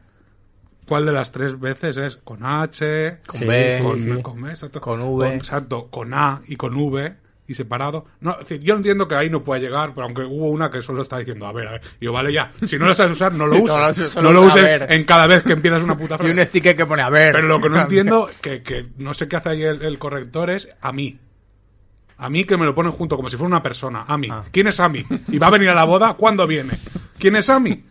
C: cuál de las tres veces es con H,
E: Con
B: Sí,
E: B,
B: sí,
C: con,
B: sí.
C: con B, exacto.
E: Con V.
C: Con- exacto, con A y con V. y separados. No, es decir, yo entiendo que ahí no pueda llegar, pero aunque hubo una que solo está diciendo, a ver, a ver. Y yo, vale, ya. Si no lo sabes usar, no lo
E: No
C: uses.
E: lo uses, solo
C: no lo
E: usa, a
C: uses
E: ver.
C: en cada vez que empiezas una puta
E: Y
C: frase.
E: un sticker que pone, a ver.
C: Pero lo que no entiendo, que, que no sé qué hace ahí el, el corrector, es a mí. A mí que me lo ponen junto como si fuera una persona. A mí.
E: Ah.
C: ¿Quién es Ami? ¿Y va a venir a la boda? ¿Cuándo viene? ¿Quién es Ami?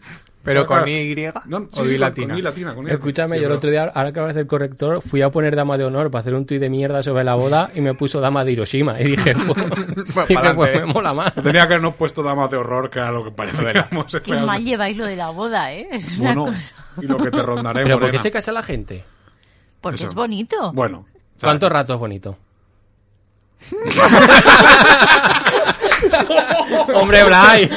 E: Pero con
C: Claro.
E: Y
C: Ah, No, sí,
E: o
C: sí,
E: I
C: con-
E: latina.
C: con I latina, con I latina.
B: Escúchame,
C: Sí,
B: yo el
C: pero-
B: otro día, ahora que hablas del corrector, fui a poner dama de honor para hacer un tuit de mierda sobre la boda y me puso dama de Hiroshima. Y dije, pues, dije,
E: pa'lante.
B: pues me mola más.
C: Tenía que habernos puesto damas de horror, que era lo que parecíamos.
D: Qué mal lleváis lo de la boda, ¿eh? Es una
C: Bueno,
D: cosa.
C: y lo que te rondaré,
B: Pero ¿por
C: morena.
B: qué se casa la gente?
D: Porque
C: Eso.
D: es bonito.
C: Bueno.
B: ¿Cuánto rato es bonito? Hombre, Blay.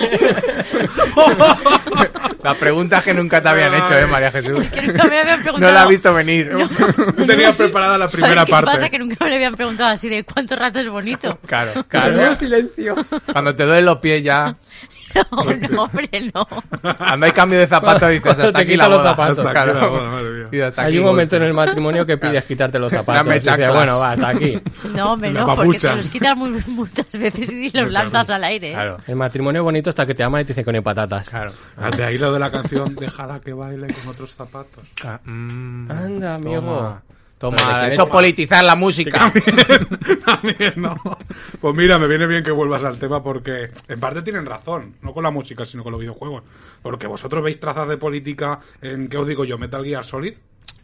E: Las preguntas que nunca te habían hecho, eh, María Jesús.
D: Es que nunca me habían
E: No
D: preguntado.
E: la has visto venir.
C: Tú tenías preparada la
D: ¿Sabes
C: primera
D: qué
C: parte.
D: pasa? Que nunca me lo habían preguntado así de cuánto rato es bonito.
E: Claro,
F: Menudo
E: claro.
F: silencio.
E: Cuando te duelen los pies ya,
D: No, no, hombre, no.
E: cuando hay cambio de zapato dices,
B: Cuando
E: hasta
B: te
E: aquí
B: quita
E: la
B: los
E: boda.
B: zapatos.
E: Hasta aquí
C: Hasta aquí
E: la
C: la boda,
E: boda.
C: madre mía.
E: Y hasta
B: Hay
E: aquí
B: un momento en
E: gusto.
B: el matrimonio que pides quitarte los zapatos.
E: Dame
B: Y dices,
E: chaclas.
B: bueno, va, hasta aquí.
D: No, hombre,
C: Las
D: no, porque te
C: papuchas.
D: los quitas muy- muchas veces y los lanzas al aire. ¿eh?
E: Claro,
B: El matrimonio es bonito hasta que te aman y te dicen que no hay patatas.
E: claro.
C: Ah, De ahí lo de la canción, déjala que baile con otros zapatos.
E: Ah, mm.
B: Anda, amigo.
E: Toma.
B: Pero
E: Toma,
B: te
E: eso es
B: quieres-
E: politizar la música.
C: También, ¿no? Pues mira, me viene bien que vuelvas al tema porque en parte tienen razón, no con la música, sino con los videojuegos. Porque vosotros veis trazas de política en, ¿qué os digo yo? ¿Metal Gear Solid?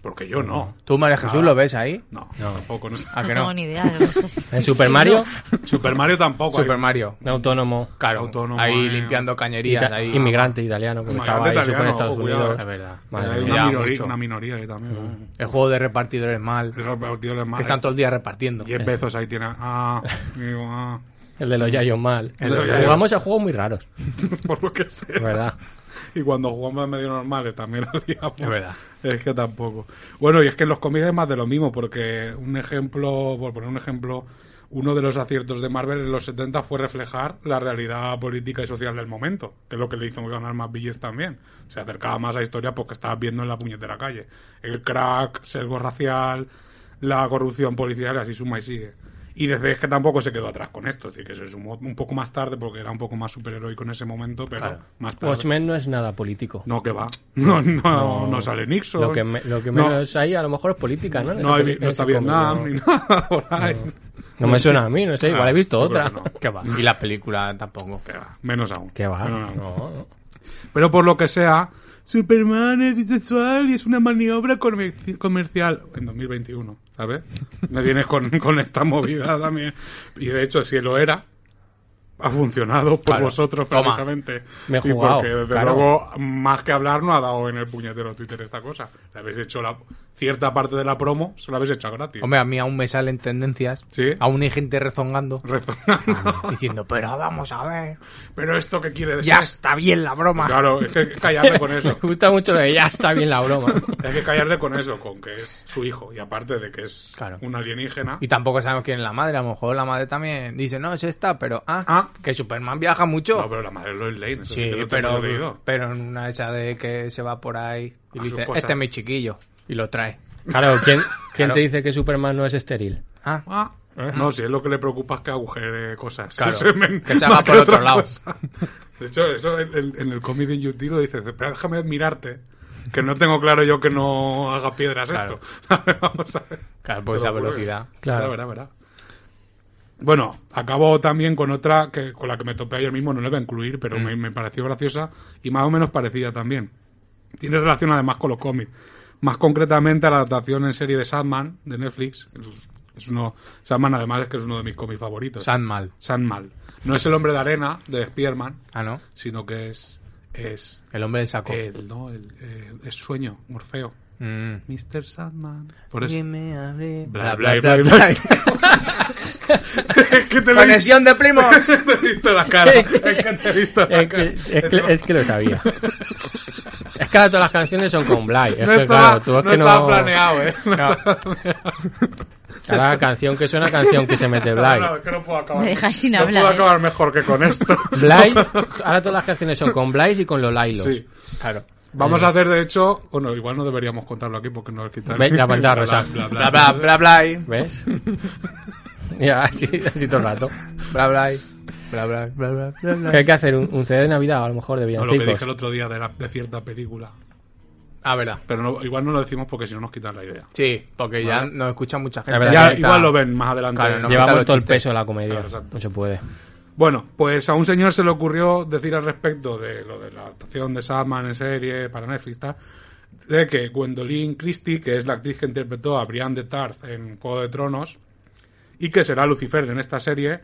C: Porque yo no.
E: ¿Tú, María Jesús, lo ves ahí?
C: No, tampoco. no sé.
E: ¿A
D: No
E: que
D: tengo
E: no?
D: ni idea de lo que estás
B: ¿En Super Mario?
C: Super Mario tampoco.
E: Super
C: hay-
E: Mario.
B: De autónomo.
E: Claro,
C: Autónomo,
E: ahí
C: eh.
E: limpiando
B: Ita-
E: cañerías. ahí.
B: Inmigrante italiano, porque
C: Inmigrante
B: estaba ahí,
C: italiano,
B: supone, en Estados
C: ojo, cuidado,
B: Unidos.
C: es
E: verdad.
B: Madre
C: hay
B: mía.
C: una,
E: Ya,
C: minoría,
E: mucho.
C: una minoría ahí también.
E: El juego de repartidores mal. eh.
C: El repartidor es
E: Que están Eh. todo el día repartiendo.
C: 10 pesos ahí tiene. Ah, digo, ah.
B: El de los Yayos mal.
C: El de los Yayos.
B: Jugamos a juegos muy raros,
C: Por lo que sea.
B: de verdad.
C: Y cuando jugamos en medio normales también la liamos.
E: Es verdad.
C: Es que tampoco. Bueno, y es que en los cómics es más de lo mismo, porque un ejemplo, por poner un ejemplo, uno de los aciertos de Marvel en los 70 fue reflejar la realidad política y social del momento, que es lo que le hizo ganar más billetes también. Se acercaba más a la historia porque estabas viendo en la puñetera calle. El crack, sesgo racial, la corrupción policial, y así suma y sigue. Y desde es que tampoco se quedó atrás con esto, es decir, que se sumó un poco más tarde porque era un poco más superheroico en ese momento, pero
E: Claro.
C: más tarde.
B: Watchmen no es nada político.
C: No, que va. No, no, no, sale Nixon.
B: Lo que, me- lo que
C: No,
B: menos hay a lo mejor es política, ¿no? En ese
C: no, hay-
B: peli-
C: no
B: en
C: está
B: ese cómic,
C: Vietnam
B: ¿no?
C: ni nada por ahí.
B: No me suena a mí, no sé, igual
C: Ah,
B: he visto
C: yo creo
B: otra.
C: que no.
B: ¿Qué va?
E: Y la película tampoco.
C: Que va, Menos aún.
B: ¿Qué va?
C: Menos aún.
B: No, no.
C: Pero por lo que sea, Superman es bisexual y es una maniobra comerci- comercial. En 2021, ¿sabes? Me vienes con, con esta movida también. Y de hecho, si lo era, ha funcionado por
E: Claro.
C: vosotros
E: Toma.
C: precisamente.
B: Me he
C: y
B: jugado,
C: porque, desde
B: claro.
C: luego, más que hablar, no ha dado en el puñetero Twitter esta cosa. Le habéis hecho la, cierta parte de la promo, se la habéis hecho gratis.
E: Hombre, a mí aún me salen tendencias.
C: Sí.
E: Aún hay gente rezongando.
C: Rezonando.
E: Diciendo, pero vamos a ver.
C: Pero esto que quiere decir.
E: Ya está bien la broma.
C: Claro, es que callarle con eso.
B: Me gusta mucho lo de ya está bien la broma.
C: Hay que callarle con eso, con que es su hijo. Y aparte de que es
E: Claro.
C: un alienígena.
E: Y tampoco sabemos quién es la madre. A lo mejor la madre también dice, no, es esta, pero ah,
C: Ah.
E: que Superman viaja mucho.
C: No, pero la madre es Lois Lane. Eso sí,
E: sí,
C: que lo tengo
E: pero,
C: leído.
E: pero en una de esas de que se va por ahí y
C: A
E: dice,
C: sus cosas.
E: este es mi chiquillo. Y lo trae.
B: Claro, ¿quién, quién
E: Claro.
B: te dice que Superman no es estéril?
E: Ah,
C: Ah, No, si es lo que le preocupa es que agujere cosas.
E: Claro,
C: Semen,
E: que se
C: más
E: haga por otro
C: otra
E: lado.
C: cosa. De hecho, eso en, en- en el cómic de YouTube lo dices, pero déjame mirarte. Que no tengo claro yo que no haga piedras
E: Claro.
C: esto. Vamos a ver.
E: claro,
C: Pero
E: por
C: pues,
E: esa
C: ocurre.
E: Pues velocidad.
B: Claro.
C: Verá, verá, verá. Bueno, acabo también con otra que con la que me topé ayer mismo, no la voy a incluir,
E: Mm.
C: pero me, me pareció graciosa y más o menos parecida también. Tiene relación además con los cómics. Más concretamente a la adaptación en serie de Sandman de Netflix. Es uno, Sandman además es que es uno de mis cómics favoritos.
E: Sandman.
C: Sandman. No es el hombre de arena de Spearman,
E: Ah, no.
C: sino que es es
E: El hombre del saco.
C: el, no, el, eh, es sueño, Morfeo.
E: Mm.
C: Mr. Sandman. Por eso.
E: Bla, bla, bla,
C: Es que te lo he dicho.
E: Conexión de primos.
C: Es que te he visto la cara. Es que te he visto la
B: Es
C: cara.
B: que, es que- es que lo sabía. Es que ahora todas las canciones son con Bly. Es
C: no
B: que, claro,
C: estaba,
B: tú es
C: no
B: que
C: estaba
B: no-
C: planeado, ¿eh? No, estaba
B: Cada canción que suena, canción que se mete Bly.
C: planeado, es que no puedo acabar.
D: Me dejáis sin
C: no
D: hablar,
C: puedo
D: ¿eh?
C: acabar mejor que con esto.
B: Bly, ahora todas las canciones son con Bly y con los Lailos.
C: Sí.
B: Claro.
C: Vamos
B: Eh,
C: a hacer, de hecho, bueno, igual no deberíamos contarlo aquí porque nos quitan.
B: Ve, la pantalla
C: Bla,
B: rosa.
C: bla, bla, bla.
E: Bla, bla, bla, bla.
B: ¿Ves? ya, así, así todo el rato.
E: Bla, bla, bla, bla, bla, bla, bla, bla.
B: Que hay que hacer un, un CD de Navidad, a lo mejor, de
C: O lo que dije el
B: villancicos.
C: otro día de, la- de cierta película.
E: Ah, verdad.
C: Pero no- igual no lo decimos porque si no nos quitan la idea.
E: Sí, porque ya nos escucha mucha gente.
B: La verdad
C: Ya,
B: que está-
C: igual lo ven más adelante.
E: Claro, no-
B: Llevamos
E: Los
B: todo el
E: chistes.
B: peso de la comedia.
C: Claro, exacto.
B: No se puede.
C: Bueno, pues a un señor se le ocurrió decir al respecto de lo de la adaptación de Sandman en serie para Netflix, tal, de que Gwendolyn Christie, que es la actriz que interpretó a Brian de Tarth en Juego de Tronos, y que será Lucifer en esta serie,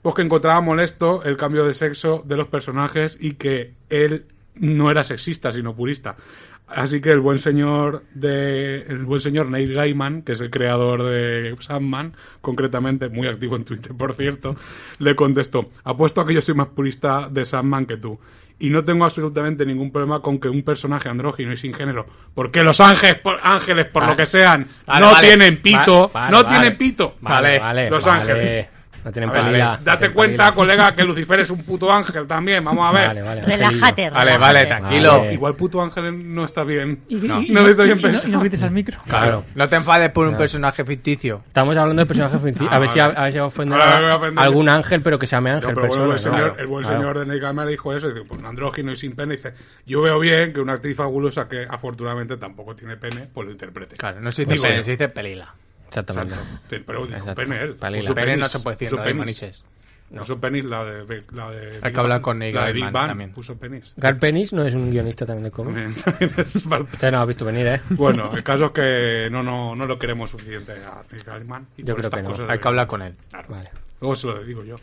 C: pues que encontraba molesto el cambio de sexo de los personajes y que él no era sexista, sino purista. Así que el buen señor de el buen señor Neil Gaiman, que es el creador de Sandman, concretamente muy activo en Twitter, por cierto, le contestó: "Apuesto a que yo soy más purista de Sandman que tú y no tengo absolutamente ningún problema con que un personaje andrógino y sin género, porque los ángeles por, ángeles por
E: Vale.
C: lo que sean
E: Vale,
C: no
E: vale.
C: tienen pito,
B: Vale,
C: no
B: vale.
C: tienen pito.
B: Vale,
E: Vale,
B: vale.
C: Los
B: vale.
C: Ángeles.
B: No tienen
C: A ver,
B: pelila, no
C: date
B: tienen
C: cuenta,
B: pelila.
C: colega, que Lucifer es un puto ángel también. Vamos a ver.
B: Vale, vale.
D: Relájate,
B: Angelillo.
E: Vale, Ah, vale,
D: relájate.
E: tranquilo.
B: Vale.
C: Igual puto ángel no está bien.
F: Y, y-
E: No.
F: y-
C: No lo estoy
F: y-
C: bien
F: y no-
C: pensado.
F: y no grites al micro.
B: Claro.
E: No te enfades por un
B: Ya.
E: personaje ficticio.
B: Estamos hablando de personajes ficticios. A ver si a, a ver si ofende
C: Ahora me voy a
B: a
C: ofender.
B: algún ángel, pero que se llame
C: No,
B: ángel
C: pero bueno,
B: persona.
C: el buen, señor,
B: claro,
C: el buen
B: claro.
C: señor de Nick Hammer dijo eso, y dice, pues, un andrógino y sin pene. y dice, yo veo bien que una actriz fabulosa que afortunadamente tampoco tiene pene, pues lo interprete.
E: Claro, no se dice
C: Digo yo.
E: pene, se dice pelila.
B: Exactamente.
C: Sí, Pero dijo
B: Exacto.
C: pene él.
B: Pelila.
C: Puso
E: Pene
C: penis,
E: no se puede decir,
C: puso
E: no, de
C: penis.
E: manises.
C: Puso penis la de... de- la de Big
E: que
C: Bang.
E: hablar con Neil
C: La de Big
E: Gaiman
C: Bang
E: también.
C: puso penis.
B: Garth Penis no es un guionista también de cómic.
C: También- también es parte-
B: Usted no lo ha visto venir, ¿eh?
C: Bueno, el caso es que no, no, no lo queremos suficiente a Nick Gaiman. y
B: Yo
C: por
B: creo
C: estas
B: que no.
C: cosas
E: Hay que
C: debería-
E: hablar con él.
B: Vale.
C: Luego se lo digo yo.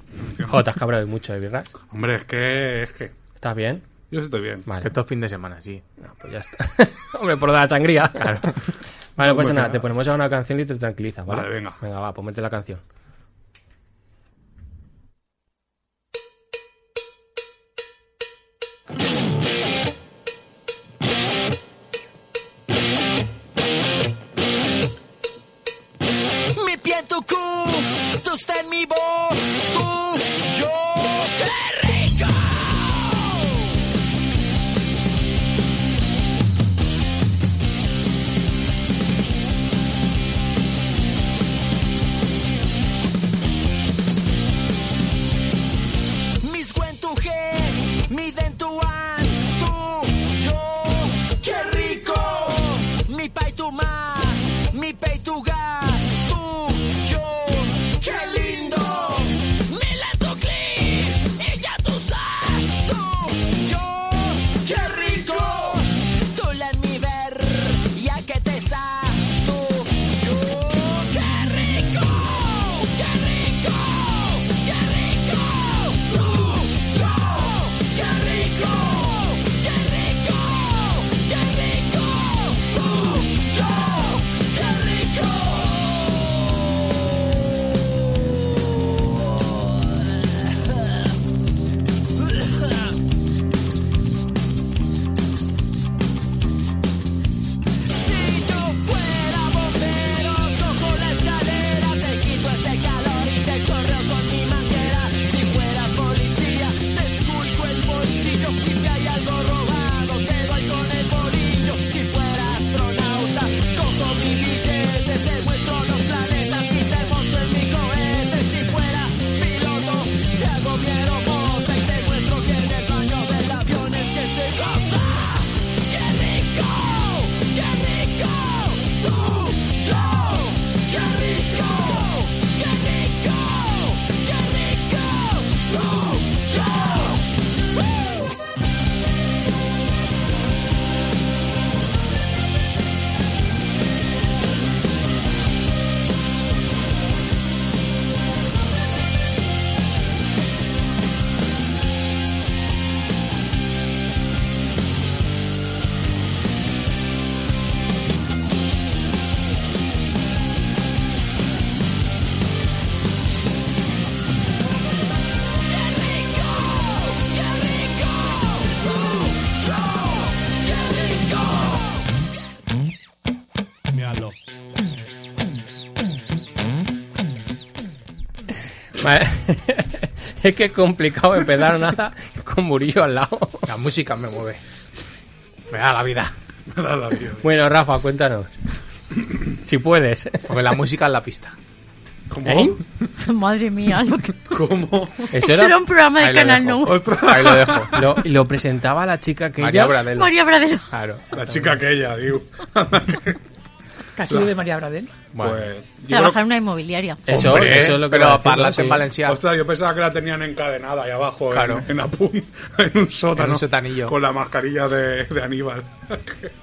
B: Joder, te has cabrado mucho de birra.
C: Hombre, es que, es que
B: ¿Estás bien?
C: yo estoy bien.
B: Vale.
E: Estos fin de semana, sí.
B: No, pues ya está. Hombre, por lo de la sangría. Claro. Vale, no pasa nada. Te ponemos a una canción y te tranquilizas, ¿vale?
C: Vale, venga.
B: Venga, va, pues mete la canción.
H: Mi piento Q, tú estás en mi voz, tú, yo, qué rico. Mis cuento G, mi dentuan, tú, yo, qué rico. Mi pay tu ma, mi pay tu ga, tú, yo, qué lindo. Mi la tu clip, ella tu sa, tú, yo, qué rico. Tú la mi ver, ya que te sa, tú, yo, qué rico, qué rico, qué rico. Tú, yo, qué rico, qué rico, qué rico. Tú, yo, qué rico. Si yo fuera bombero, cojo la escalera, te quito ese calor y te chorreo con mi manguera. Si fuera policía, te esculco el bolsillo y si hay algo robado, te doy con el bolillo. Si fuera astronauta, cojo mi billete, te muestro los planetas y te monto en mi cohete. Si fuera piloto, te hago mi aeromoza y te muestro que en el baño del avión es que se goza. ¡Qué rico! ¡Qué rico! ¡Tú, yo! ¡Qué rico! ¡Qué rico! ¡Qué rico! ¡Tú, yo! ¡Woo! ¡Qué rico! ¡Qué rico! ¡Tú, yo! ¡Qué rico!
B: Vale. es que es complicado empezar nada con Murillo al lado.
E: La música me mueve. Me da la vida.
C: Me da la vida.
B: Bueno, Rafa, cuéntanos. si puedes.
E: Porque la música es la pista.
C: ¿Cómo?
B: ¿Eh?
D: Madre mía, lo que...
C: ¿Cómo?
B: Eso
D: Eso era un programa de
B: Ahí lo
D: Canal
B: dejo.
D: Nou.
C: Ostras.
B: Ahí lo dejo. Lo, y lo presentaba la chica que
E: María Bradel.
D: María Bradero.
B: Claro.
C: La chica aquella, digo.
F: Casi de María Bradel.
B: Bueno.
C: Pues, yo creo-
D: Trabajar en una inmobiliaria.
B: Eso,
E: Hombre,
B: eso es lo que
E: pero
B: iba a decir,
E: parlante
B: sí.
E: en valencià.
C: Ostras, yo pensaba que la tenían encadenada ahí abajo,
E: Claro.
C: en, en, la pun- en un sótano.
E: En un sotanillo.
C: Con la mascarilla de, de Aníbal.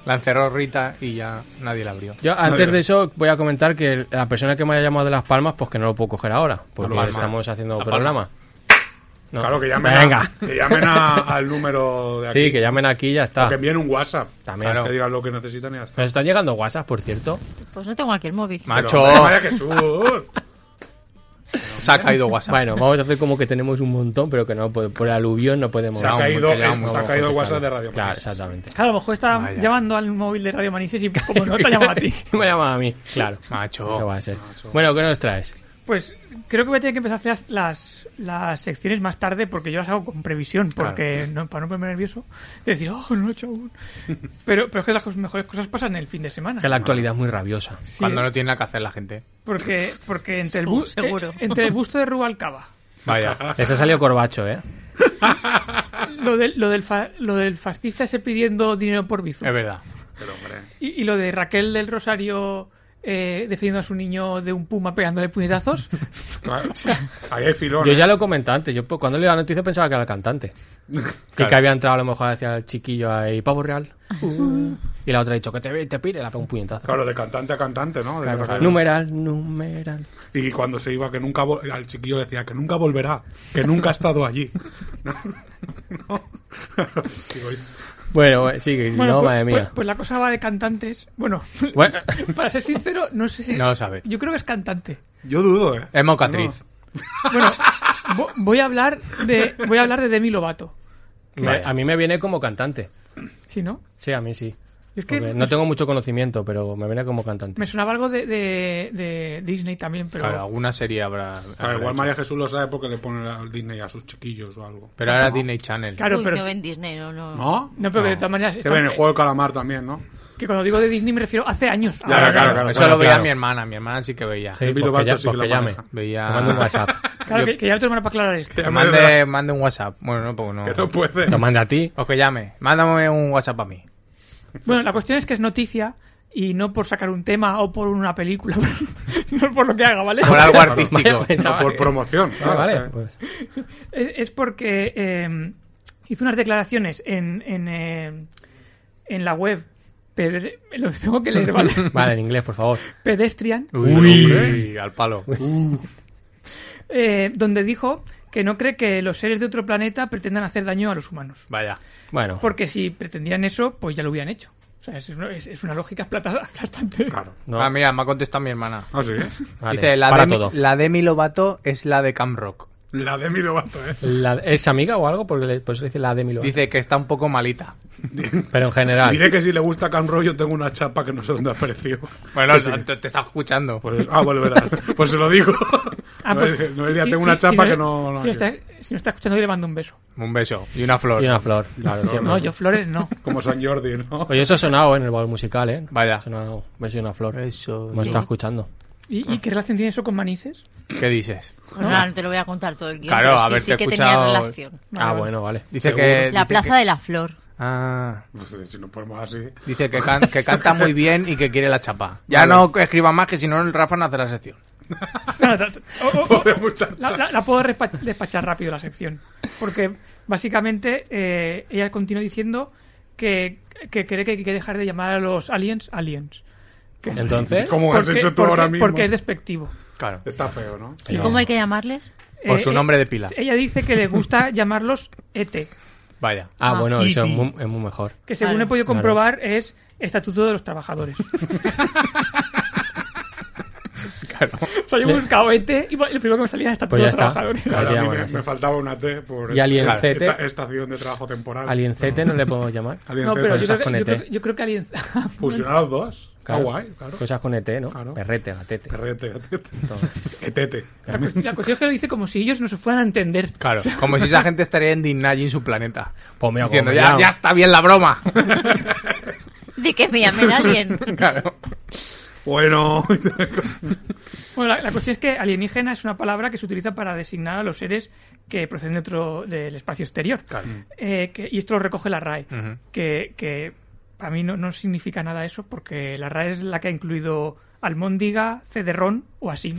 E: La encerró Rita y ya nadie la abrió.
B: Yo antes de eso voy a comentar que la persona que me haya llamado de Las Palmas, pues que no lo puedo coger ahora, porque
C: Palma.
B: estamos haciendo
E: La
B: programa. No.
C: Claro, que llamen, a-
B: Venga.
C: que llamen a- al número de aquí.
B: Sí, que llamen aquí y ya
C: O
B: está.
C: que envíen un WhatsApp.
B: También.
C: Que digan lo que necesitan y ya está.
B: Nos están llegando WhatsApp, por cierto.
D: Pues no tengo aquí el móvil.
E: Macho,
C: Pero, hombre, María Jesús.
E: se ha caído WhatsApp.
B: Bueno, vamos a hacer como que tenemos un montón, pero que no po- por el aluvión no podemos.
C: Se ha
B: no,
C: caído-
B: porque le
C: eh,
B: vamos
C: se ha caído
B: contestando.
C: WhatsApp de Radio
B: Claro,
C: Manises.
B: exactamente.
F: Claro, a lo mejor está
E: Vaya.
F: llamando al móvil de Radio Manises y como no te ha llamado a ti.
B: me ha llamado a mí, claro.
E: Macho.
B: Eso va a ser. Bueno, ¿qué nos traes?
F: Pues creo que voy a tener que empezar a hacer las, las, las secciones más tarde porque yo las hago con previsión, porque no, para no ponerme nervioso, de decir, oh, no lo he hecho aún. Pero, pero es que las cos- mejores cosas pasan el fin de semana.
B: Que la actualidad es muy rabiosa.
F: Sí,
E: Cuando no tiene nada que hacer la gente.
F: porque, porque entre, el
D: Uh,
F: bu-
D: seguro.
F: eh, entre el busto de Rubalcaba,
E: Vaya.
B: Les ha salido corbacho, ¿eh?
F: lo del, lo, del fa- lo del fascista ese pidiendo dinero por bizu,
E: Es verdad.
F: y, y lo de Raquel del Rosario eh, defendiendo a su niño de un puma pegándole puñetazos,
C: Claro. Ahí hay filón.
B: Yo
C: ¿eh?
B: ya lo comenté antes. Yo pues, cuando leí la noticia pensaba que era el cantante. Que, que había entrado a lo mejor hacia el chiquillo ahí, pavo real.
F: Uh.
B: Y la otra ha dicho que te, te pire, la pega un puñetazo.
C: Claro, de cantante a cantante, ¿no? De Raquel.
B: Numeral, numeral.
C: Y cuando se iba, que nunca vol- al chiquillo decía que nunca volverá, que nunca ha estado allí. No, no. Digo,
B: Bueno, eh, sigue, si
F: Bueno,
B: no,
F: pues,
B: madre
F: pues-
B: mía.
F: pues la cosa va de cantantes. Bueno,
B: Bueno.
F: para ser sincero, no sé si.
E: No lo sabe.
F: Yo creo que es cantante.
C: yo dudo, ¿eh?
E: Es mocatriz.
F: Bueno, vo- voy a hablar de voy a hablar de Demi Lovato.
B: Me-
E: Vale.
B: a mí me viene como cantante.
F: ¿Sí, no?
B: Sí, a mí sí.
F: Es que
B: Porque
F: me-
B: no tengo mucho conocimiento, pero me viene como cantante.
F: me sonaba algo de, de- de Disney también, pero.
E: Claro, alguna serie habrá.
B: ah,
C: Claro,
E: habrá
C: igual
E: hecho.
C: María Jesús lo sabe porque le pone al Disney a sus chiquillos o algo.
E: Pero ahora Disney Channel.
F: Claro,
D: Uy,
F: pero.
D: no ven Disney, no, no.
C: ¿No?
F: No, pero de todas maneras.
C: Te
F: está-
C: ven el juego del calamar también, ¿no?
F: Que cuando digo de Disney me refiero hace años.
C: Ya,
F: Ahora,
C: ya, claro, claro.
E: Eso
C: Bueno,
E: lo veía
C: claro.
E: mi hermana. Mi hermana sí que veía.
B: Sí,
C: Demi
B: pues que
C: Lovato
B: ya-
C: sí que
B: pues
C: la
B: que llame.
C: maneja.
E: Veía.
B: Te mando un WhatsApp.
F: claro,
E: Yo-
F: que, que ya lo tengo para aclarar esto.
E: Que mande, mande un WhatsApp. Bueno, no, porque no.
B: Ah,
C: Que no puede.
B: Te manda a ti.
C: Ah,
E: O que llame. Mándame un WhatsApp a mí.
F: Bueno, la cuestión es que es noticia y no por sacar un tema o por una película. no por lo que haga, ¿vale?
E: Por algo artístico.
B: Vaya, pensaba
C: No, por
B: que-
C: promoción.
B: Ah,
C: claro.
B: vale, pues.
F: Es, es porque eh, hizo unas declaraciones en, en, eh, en la web. pedre- lo tengo que leer, ¿vale?
B: Vale, en inglés, por favor.
F: Pedestrian,
E: Uy, al palo.
F: eh, donde dijo que no cree que los seres de otro planeta pretendan hacer daño a los humanos.
E: Vaya.
B: Bueno,
F: Porque si pretendieran eso, pues ya lo hubieran hecho. O sea, es, una- es- es una lógica aplatada- aplastante.
C: Claro.
B: no,
E: Ah, mira, me ha contestado mi hermana.
C: Ah, sí. ¿eh?
B: vale,
E: Dice, la
B: para
E: Demi-
B: todo.
E: la Demi Lovato es la de Cam Rock.
C: La de mi Lovato, ¿eh?
B: La- ¿Es amiga o algo? Porque le- por eso dice la de mi Lovato.
E: Dice que está un poco malita.
B: Pero en general.
C: Diré que si le gusta Can Roll, yo tengo una chapa que no sé dónde apareció.
E: Bueno,
C: Que sí.
E: te, te está escuchando.
C: Pues, ah, bueno, verás. Pues se lo digo.
F: Ah, pues,
C: no,
F: si-
C: Noelia,
F: si-
C: tengo
F: si-
C: una
F: si
C: chapa que no... no
F: si, ¿eh? está, si no está escuchando, yo le mando un beso.
E: Un beso y una flor.
B: Y una flor, claro. siempre.
F: No, yo flores no.
C: Como San Jordi, ¿no?
B: Oye, eso ha sonado ¿eh? en el baúl musical, ¿eh?
E: Vaya.
B: Ha sonado, me soy una flor.
E: Eso.
B: Me está escuchando.
F: ¿Y, y qué relación tiene eso con Manises?
E: ¿Qué dices?
D: Pues nada, no te lo voy a contar todo el guión.
E: Claro,
D: pero
E: a
D: sí,
E: ver,
D: sí
E: te he
D: que
E: escuchado-
D: tenía relación.
B: Ah, bueno, vale.
E: Dice
C: Seguro.
E: que.
D: La
E: dice
D: plaza
E: que-
D: de la flor.
E: Ah.
C: Pues, si no ponemos así...
E: Dice que, can- que canta muy bien y que quiere la chapa. Ya no escriba más, que si no, el Rafa no hace la sección.
F: O- o- o-
C: Pobre muchacha.
F: Oh, La, la- la puedo respa- despachar rápido la sección. Porque básicamente eh, ella continúa diciendo que, que cree que hay que dejar de llamar a los aliens aliens. Que-
B: Entonces,
C: ¿Cómo has
F: porque-
C: hecho tú
F: porque-
C: ahora mismo?
F: Porque es despectivo.
E: Claro.
C: Está feo, ¿no?
D: ¿Y
B: No.
D: cómo hay que llamarles?
E: Por su nombre de pila.
F: Eh, Ella dice que le gusta llamarlos E ET.
E: Vaya.
B: Ah, bueno, eso es
C: E.T..
B: muy, es muy mejor.
F: Que según
D: Claro.
F: he podido
B: Claro.
F: comprobar es Estatuto de los Trabajadores. O sea, yo he buscado ET y lo primero que me salía es Estatuto
B: Pues ya
F: de los
B: está.
F: Trabajadores.
C: Claro,
B: Así
C: a mí
B: llaman,
C: me,
B: así.
C: me faltaba una T por
B: Y
C: esta-
B: aliencete.
C: esta- estación de trabajo temporal.
B: Aliencete no le podemos llamar.
C: Aliencete.
F: No, pero yo
B: Cosas
F: creo, que,
B: con
F: yo,
B: ET.
F: creo, yo creo que alien...
C: Fusionar los dos.
B: Claro. Pues-
C: Ah, guay, claro.
B: Cosas con ET, ¿no?
C: Claro.
B: Perrete, gatete.
C: Perrete, etete. Etete.
F: La cuestión, la cuestión es que lo dice como si ellos no se fueran a entender.
E: Claro. Como si esa gente estaría indignada allí en su planeta.
B: Pues mira,
E: Diciendo,
B: como me
E: ya,
B: llaman".
E: ya está bien la broma.
D: Di que me llamen a alguien.
E: claro.
C: Bueno,
F: Bueno, la, la cuestión es que alienígena es una palabra que se utiliza para designar a los seres que proceden de otro- del espacio exterior. Eh, que- y esto lo recoge la RAE,
B: Mm. Ujú.
F: que, que para mí no, no significa nada eso, porque la RAE es la que ha incluido almóndiga, cederrón o así.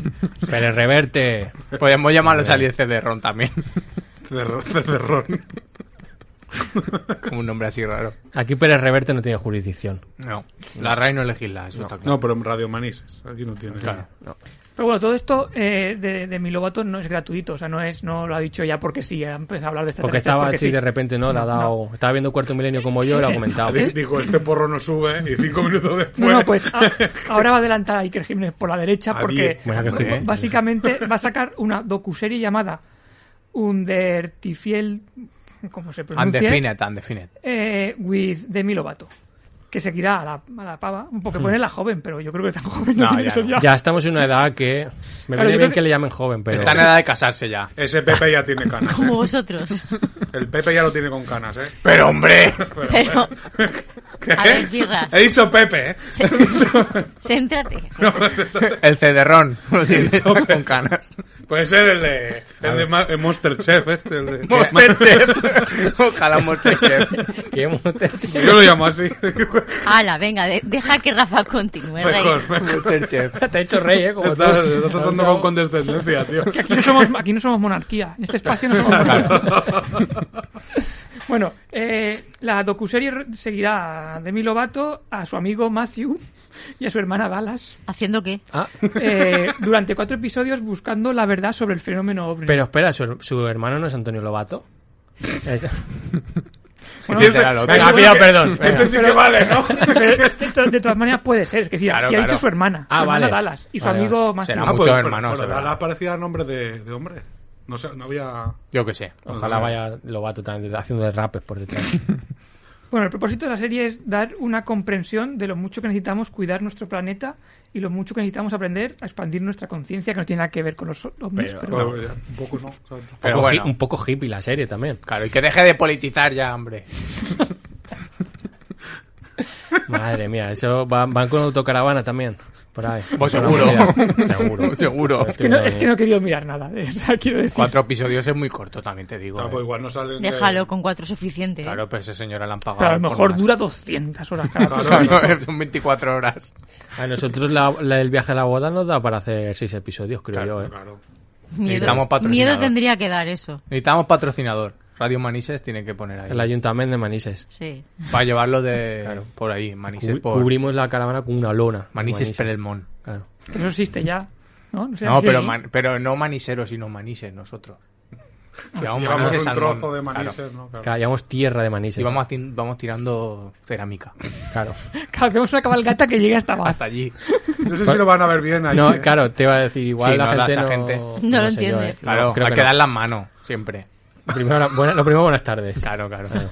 B: Pérez Reverte.
E: Podemos llamarlos aliens de Ron también.
C: Cerro- cerrón.
E: Como un nombre así raro.
B: Aquí Pérez Reverte no tiene jurisdicción.
E: No. La RAI no legisla, eso está
C: No,
E: claro.
C: pero en Radio Manises. Aquí no tiene.
E: Claro.
F: Pero bueno, todo esto eh, de, de mi Lovato no es gratuito, o sea, no es no lo ha dicho ya porque sí, ha empezado a hablar de esta
B: Porque estaba así de repente, ¿no? Le ha dado. Estaba viendo Cuarto Milenio como yo y lo ha comentado.
C: Di- Dijo, este porro no sube y cinco minutos después.
F: No, no, pues
D: ah.
F: a- ahora va a adelantar a Iker Jiménez por la derecha
C: A
F: porque
C: diez.
B: Mira qué
E: Hombre,
B: juego.
F: básicamente va a sacar una docuserie llamada Undertifiel, ¿cómo se pronuncia?
E: Undefined, undefined.
F: Eh, with Demi Lovato, que seguirá a la, a la pava, porque pone la joven, pero yo creo que tan joven no,
E: Hmm. No, ya
F: tiene que ser
E: no.
F: ya.
B: Ya estamos en una edad que. Me
F: Claro,
B: viene bien
F: yo creo
B: que le llamen joven, pero.
E: Está en edad de casarse ya.
C: Ese Pepe ya tiene canas.
D: Como
C: ¿eh?
D: vosotros.
C: El Pepe ya lo tiene con canas, ¿eh?
E: Pero hombre,
D: Pero, a ver, birras,
C: He dicho Pepe, ¿eh?
D: céntrate.
E: el cederrón lo tiene con canas.
C: Puede ser el de, el de Ma- el Monster Chef, este. el de-
E: Chef. Ojalá Chef.
B: ¿Qué hemos
C: Yo lo llamo así.
D: Hala, venga, de- deja que Rafa continúe, rey.
C: Mejor, mejor.
E: Chef.
B: Te he hecho rey, ¿eh? Como
C: Estás,
B: tú.
C: estás tratando con condescendencia, tío.
F: Que aquí no somos, aquí no somos monarquía. En este espacio no somos monarquía. bueno, eh, la docuserie re- seguirá a Demi Lovato, a su amigo Matthew y a su hermana Dallas
D: ¿Haciendo qué?
B: Ah,
F: eh, durante cuatro episodios buscando la verdad sobre el fenómeno ovni.
B: pero espera, ¿su, su hermano no es Antonio Lobato. Es-
F: Bueno,
E: Ese será el otro.
B: Venga, pido perdón. venga.
C: Este sí que vale, ¿no?
F: pero de, to- de todas maneras puede ser. Es decir,
E: Claro,
F: aquí ha
E: claro.
F: dicho su hermana,
B: Ah,
F: su hermana
B: vale.
F: Dallas y su
B: Vale,
F: amigo
B: vale.
F: Matthew.
E: Será
C: Ah,
E: muchos hermanos,
C: Pero,
E: es verdad.
C: Dallas parecía nombre de, de hombre. No sé, no había.
E: Yo qué sé.
B: Ojalá vaya Lobato también haciendo de rapes por detrás.
F: Bueno, el propósito de la serie es dar una comprensión de lo mucho que necesitamos cuidar nuestro planeta y lo mucho que necesitamos aprender a expandir nuestra conciencia, que no tiene nada que ver con los ovnis,
B: Pero-
F: pero-
C: Bueno, ya, Un poco no. ¿sabes?
E: Pero
B: un, poco hi-
E: bueno.
B: un poco hippie la serie también.
E: Claro, y que deje de politizar ya, hombre.
B: Madre mía, eso va- van con autocaravana también. Por ahí.
E: Pues
B: Por la
E: seguro.
B: movida. Seguro.
E: Seguro.
F: Es que, no, es que no he querido mirar nada, de- o sea, quiero decir.
E: Cuatro episodios es muy corto, también te digo.
C: Ah,
E: eh.
C: pues igual no salen. de-
D: Déjalo con cuatro suficiente. ¿eh?
E: Claro, pero ese señor la han pagado.
F: Pero a lo
E: por
F: mejor
E: más.
F: dura 200 horas cada
C: Claro.
F: cosa.
E: Claro, son 24 horas.
B: A nosotros la- la- el viaje a la boda nos da para hacer seis episodios, creo yo. ¿eh?
C: Claro.
E: Necesitamos
D: Miedo,
E: patrocinador.
D: miedo tendría que dar eso.
E: Necesitamos patrocinador. Radio Manises tiene que poner
B: El
E: ahí.
B: ayuntamiento de Manises.
D: Sí.
E: Para llevarlo de por ahí, Manises
B: Cubri-
E: por
B: Cubrimos la caravana con una lona.
E: Manises,
B: el
E: Perelmón.
B: Claro.
F: Pero eso existe ya. No, No sé,
E: No,
F: sí.
E: pero, man- pero no maniseros, sino manises nosotros. Llevamos
C: Llevamos
E: manises
C: un
E: al
C: trozo
E: mon,
C: de manises,
E: claro.
C: ¿no? Claro.
B: Claro, llevamos tierra de Manises.
E: Y vamos, haci- vamos tirando cerámica
B: Claro.
F: Claro, hacemos una cabalgata que llegue hasta Baza.
E: hasta allí.
C: No sé si lo van a ver bien ahí.
B: No,
C: ¿eh?
B: claro, te iba a decir, igual
E: Sí,
B: la
E: no, la-
B: gente,
E: esa
B: no,
E: gente-
D: No lo
B: sé yo,
D: entiende.
B: eh. No,
E: Claro,
B: creo
E: hay
B: que
E: que
B: no.
E: dar las manos, siempre.
B: Primero, buena- lo primero, buenas tardes.
E: Claro, claro.
B: Ahí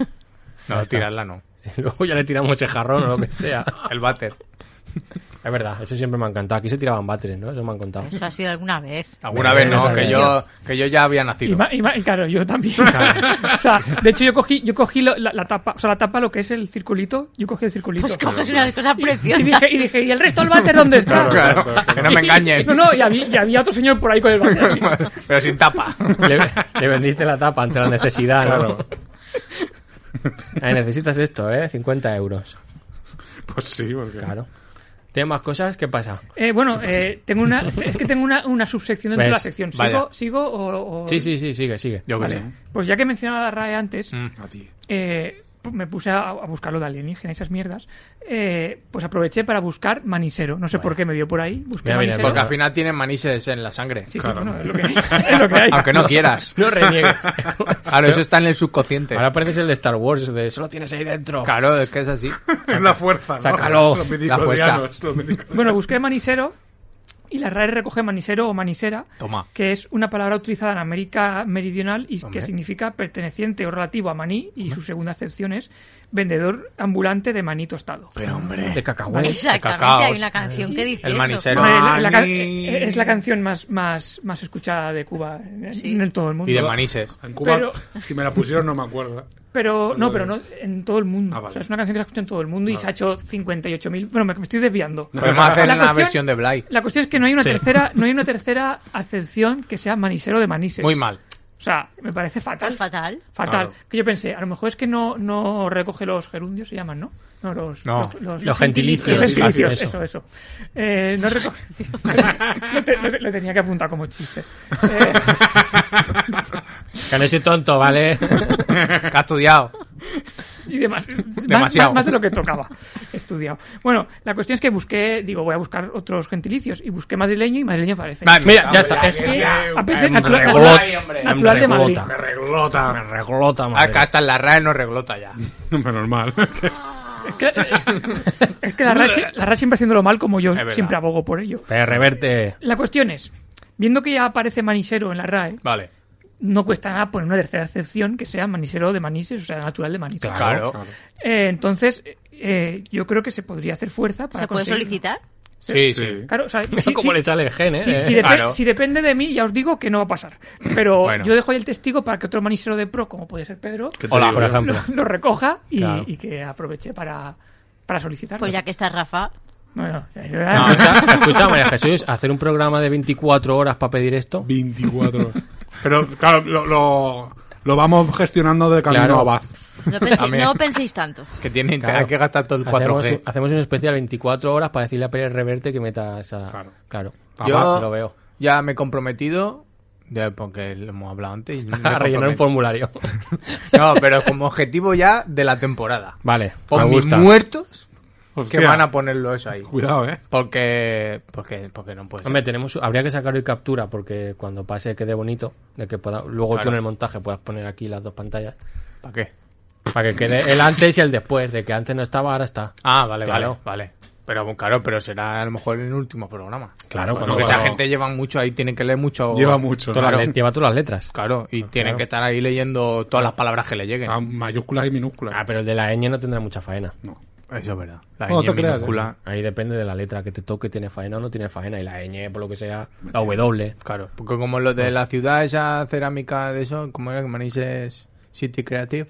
E: No,
B: está.
E: tirarla no.
B: Luego ya le tiramos ese jarrón o lo que sea.
E: El váter.
B: Es verdad, eso siempre me ha encantado. Aquí se tiraban váteres, ¿no? Eso me han contado.
D: Eso ha sido alguna vez.
E: Alguna
B: Venga,
E: vez
B: esa
E: no, que
B: vez.
E: yo, que yo ya había
F: Y,
E: nacido.
F: ma- y ma- y claro, yo también. o sea, de hecho yo cogí, yo cogí lo- la, la tapa, o sea, la tapa lo que es el circulito, yo cogí el circulito.
D: Pues coges unas cosas
F: y,
D: preciosas.
F: dije, y dije, ¿y el resto del váter dónde está?
E: Claro, que no me engañen.
F: No, no, y había, y había otro señor por ahí con el váter. así.
E: Pero sin tapa.
B: Le, le vendiste la tapa ante la necesidad, ¿no? Eh, necesitas esto, ¿eh? 50 euros.
C: Pues sí, porque.
B: Claro. ¿Tienes más cosas? ¿Qué pasa?
F: Eh, bueno, eh, tengo una, es que tengo una, una subsección dentro de la
B: ¿Ves?
F: sección. ¿Sigo,
E: Pues, Vaya.
F: sigo o, o-
B: Sí, sí, sí, sigue, sigue.
E: Yo qué sé.
F: Pues ya que mencionaba la RAE antes,
E: Mm.
C: A ti.
F: eh, pu- me puse a, a buscar lo de alienígena y esas mierdas. Eh, pues aproveché para buscar manisero. No sé por qué me dio por ahí. Busqué
B: Mira, mira,
F: manisero.
E: Porque al final tienen manises en la sangre.
F: Sí, sí,
C: Claro.
F: bueno, es lo que es lo que hay.
E: Aunque no quieras.
B: No reniegues.
E: Claro, eso está en el subconsciente.
B: Ahora pareces el de Star Wars, eso de solo tienes ahí dentro.
E: Claro, es que es así.
C: Es la fuerza, ¿no?
B: sácalo,
C: Los
B: la
C: midicorianos, los midicorianos.
F: Bueno, busqué manisero y la RAE recoge manisero o manisera,
E: Toma.
F: que es una palabra utilizada en América Meridional y
E: Hombre.
F: que significa perteneciente o relativo a maní y su segunda acepción es vendedor ambulante de maní tostado.
E: Pero
B: De
E: hombre.
B: cacahuetes.
D: Exactamente,
E: cacaos.
D: hay una canción que dice
E: El
D: eso.
E: manicero.
F: Madre, la- la ca-
C: Maní.
F: eh, es la canción más, más, más escuchada de Cuba en,
D: Sí.
F: en todo el mundo.
E: Y de manises.
C: En Cuba,
F: Pero-
C: si me la pusieron, no me acuerdo.
F: Pero no, pero no en todo el mundo.
C: Ah, vale.
F: O sea, es una canción que se escucha en todo el
E: Ah,
F: mundo y se ha hecho 58.000. Bueno, me, me estoy desviando.
E: Podemos Pues hacer
F: La
E: una
F: cuestión-
E: versión de Bly.
F: La cuestión es que no hay una
B: Sí.
F: tercera, no hay una tercera acepción que sea manisero de manises.
E: Muy mal.
F: O sea, me parece fatal.
D: Es fatal.
F: Fatal.
E: Claro.
F: Que yo pensé, a lo mejor es que no, no recoge los gerundios, se llaman, ¿no? No, los,
E: No,
F: los, los-
B: Los gentilicios.
F: los gentilicios,
B: Eso.
F: eso, eso. Eh, no recoge. lo, te- lo te- lo tenía que apuntar como chiste. Eh,
B: Que no soy tonto, ¿vale?
E: Que ha estudiado.
F: y demás. Más-
E: Demasiado.
F: Más, más de lo que tocaba. He estudiado. Bueno, la cuestión es que busqué, digo, voy a buscar otros gentilicios y busqué madrileño y madrileño aparece. ah,
E: Vale,
B: Mira, ya está.
F: Es que
C: Em,
F: aparece
E: em,
F: natural,
E: rebota,
F: natural-
E: hombre.
F: natural de
B: Em,
F: Madrid.
B: rebota. Me
C: Reglota.
B: reglota, madre.
E: Acá está en la RAE, no reglota ya.
C: Pero normal.
F: Es que, es que la, RAE, si- la RAE siempre haciéndolo mal como yo
E: verdad.
F: siempre abogo por ello.
B: Pero reverte.
F: La cuestión es, viendo que ya aparece manisero en la RAE,
E: Vale.
F: no cuesta nada poner una tercera excepción que sea manisero de manises, o sea, natural de manises.
E: Claro.
F: Eh, entonces, eh, yo creo que se podría hacer fuerza para
D: ¿Se puede
F: conseguirlo.
D: solicitar?
E: Sí,
C: Sí.
E: sí.
F: Claro, o sea,
B: Eso
F: sí,
B: como
F: sí.
B: le sale el gen, ¿eh?
F: Si,
B: Eh,
F: si depe-
E: claro.
F: si depende de mí, ya os digo que no va a pasar. Pero
E: Bueno.
F: yo dejo ahí el testigo para que otro manisero de pro, como puede ser Pedro,
C: ¿Qué te
B: Hola,
C: digo
B: por
C: yo?
B: ejemplo.
F: lo, lo recoja y,
B: Claro.
F: y que aproveche para, para solicitarlo.
D: Pues ya que está Rafa,
F: Bueno,
B: No,
F: ya-
B: escucha, escucha, María Jesús, hacer un programa de 24 horas para pedir esto.
C: 24. Pero claro, lo, lo, lo vamos gestionando de camino
B: Claro.
C: a Bath.
D: no penséis,
E: También.
D: no penséis tanto.
E: Que tiene
B: Claro.
E: hay que gastar todo el
B: Hacemos,
E: 4G.
B: hacemos un especial 24 horas para decirle a Pérez Reverte que meta esa.
C: Claro.
B: Claro.
C: A
E: Yo-
C: Bath.
B: Lo veo.
E: Ya me he comprometido, ya, porque lo hemos hablado antes. y me
B: A rellenar un
E: comprometo.
B: formulario.
E: No, pero como objetivo ya de la temporada.
B: Vale,
E: Por
B: me
E: mis
B: gusta.
E: muertos
C: Hostia.
E: que van a ponerlo eso ahí.
C: Cuidado, eh.
E: Porque, porque, porque no puede ser.
B: Hombre, tenemos, habría que sacar hoy captura porque cuando pase quede bonito, de que pueda, luego
E: Claro.
B: tú en el montaje puedas poner aquí las dos pantallas
E: ¿Para qué?
B: para que quede el antes y el después, de que antes no estaba, ahora está.
E: Ah, vale,
B: Claro.
E: vale, vale. Pero claro, pero será a lo mejor el último programa.
B: Claro,
E: Porque
B: cuando-
E: esa
B: cuando-
E: gente lleva mucho ahí, tiene que leer mucho.
C: Lleva mucho. ¿eh?
B: Todas las
E: Claro.
B: let- lleva todas las letras.
E: Claro, y tienen que estar ahí leyendo todas las palabras que le lleguen.
C: A mayúsculas y minúsculas.
B: Ah, pero el de la ñ no tendrá mucha faena.
E: Eso es verdad. La
C: No,
E: ñ
C: te creas, ¿eh?
E: minúscula.
B: Ahí depende de la letra que te toque, tiene faena o no tiene faena. Y la ñ, por lo que sea, la W.
E: Claro, porque como lo de la ciudad, esa cerámica de eso, como era que me dices City Creative,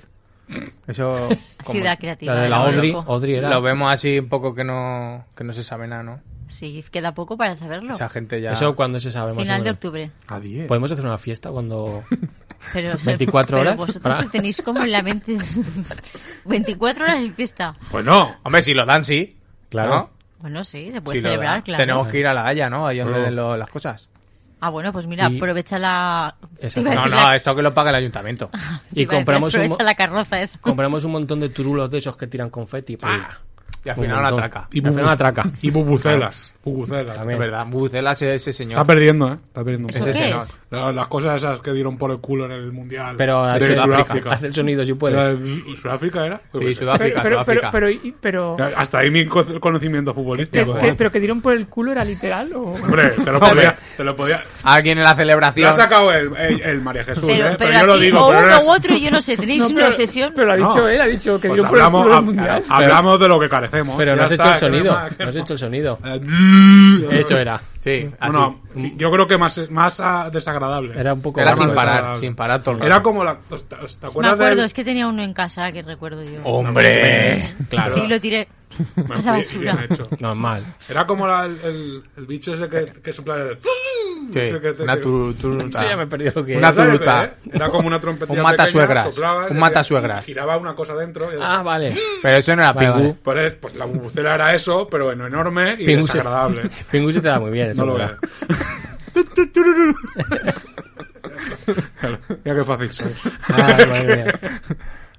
E: eso como-
D: Ciudad creativa.
B: La de la
D: Orozco.
B: Odri, Odri era.
E: lo vemos así un poco que no, que no se sabe nada, ¿no?
D: Sí, queda poco para saberlo.
E: Esa gente ya...
B: Eso cuando se sabe más o
D: Final de
B: menos.
D: octubre.
C: A 10.
B: ¿Podemos hacer una fiesta cuando...?
D: Pero,
B: 24
D: pero
B: horas
D: vosotros
B: para-
D: tenéis como en la mente 24 horas en fiesta.
C: Pues no.
E: Hombre, si lo dan, sí.
B: Claro.
D: Bueno, sí, se
E: ¿No?
D: puede
E: Si lo dan.
D: celebrar, claro.
E: Tenemos que ir a La Haya, ¿no? Ahí donde
C: Claro.
E: den lo- las cosas.
D: Ah, bueno, pues mira,
B: Y-
D: aprovecha la...
B: Exacto.
D: te iba a
E: No,
D: decir
E: no,
C: eh,
D: la-
E: esto que lo paga el ayuntamiento.
D: te iba a
B: Y
D: decir,
B: compramos un, mo-
D: Aprovecha la carroza esa.
B: compramos un montón de turulos de esos que tiran confeti. ¡pah!
E: Y al
B: Un
E: final una
B: montón.
E: atraca.
B: Y al final una atraca.
C: Y bubucelas. Bubucelas.
E: Es verdad, bucelas ese señor.
C: Está perdiendo, eh. Está perdiendo.
D: ¿Eso
E: ese
D: qué
E: señor.
D: es?
C: La- Las cosas esas que dieron por el culo en el mundial.
B: Pero haz
C: de
B: el-
C: Sudáfrica.
B: haz el sonido si
C: Era
B: puedes.
C: de Sudáfrica era? Yo qué
E: Pues Sí,
C: sé.
E: Sudáfrica,
F: pero, pero,
E: Sudáfrica.
F: pero, y- pero-
C: Hasta ahí mi co- conocimiento
F: que,
C: futbolístico.
F: que-
C: ¿eh?
F: pero que dieron por el culo era literal o
C: Hombre, te lo
E: Hombre.
C: podía. Te lo podía.
E: Alguien en la
C: Lo ha
E: celebración...
C: sacado el, el- el María Jesús,
D: Pero,
C: ¿eh?
D: pero,
C: Pero yo lo
D: aquí,
C: digo.
D: o
C: pero
D: uno
C: eres-
D: u otro, yo no sé, tenéis
F: No,
D: una
F: pero-
D: obsesión.
F: pero lo ha dicho
C: No.
F: él ha dicho que
C: Pues
F: dieron por el
C: hablamos,
F: culo del
C: hab-
F: mundial
C: hablamos de lo que carecemos.
B: Pero no
C: Ya
B: has hecho
C: está,
B: el
C: que
B: sonido.
C: más, que
B: No has
C: más.
B: hecho el sonido.
C: Eh,
B: Eso era.
E: Sí, así.
C: Bueno, yo creo que más, más ah, desagradable.
B: Era un poco...
E: Era
C: Programa
E: sin parar,
C: desagradable.
E: sin parar todo el rato.
C: Era como la. ¿os- os- ¿Te
D: Me
C: acuerdas
D: acuerdo,
C: del-
D: es que tenía uno en casa que recuerdo yo.
A: Eh,
E: ¡Hombre!
B: Claro.
D: Sí, lo tiré.
C: Bueno,
D: la
C: bien-
D: basura.
C: bien hecho.
B: Normal.
C: Era como la- el, el, el bicho ese que, que sopla el-
E: Sí,
C: ese que te-
E: una
C: que-
E: tur-
B: Sí,
E: turuta.
B: ya me he perdido lo que...
E: Una
B: era.
C: ¿sabes,
E: turuta.
C: eh? Era como una trompetilla
E: Un matasuegras,
C: pequeña, soplabas,
E: un
C: eh,
E: matasuegras.
C: y Giraba una cosa dentro. y-
B: Ah, vale.
E: Pero eso no era
B: Vale,
E: Pingu.
B: vale.
C: Pues, es- pues la bubucela era eso, pero en enorme y
B: Pingu se-
C: desagradable.
B: Pingu se te da muy bien. Eso
C: No lo
B: es
C: veo.
B: verdad.
C: Mira qué fácil soy.
B: Ay, Ah, madre mía.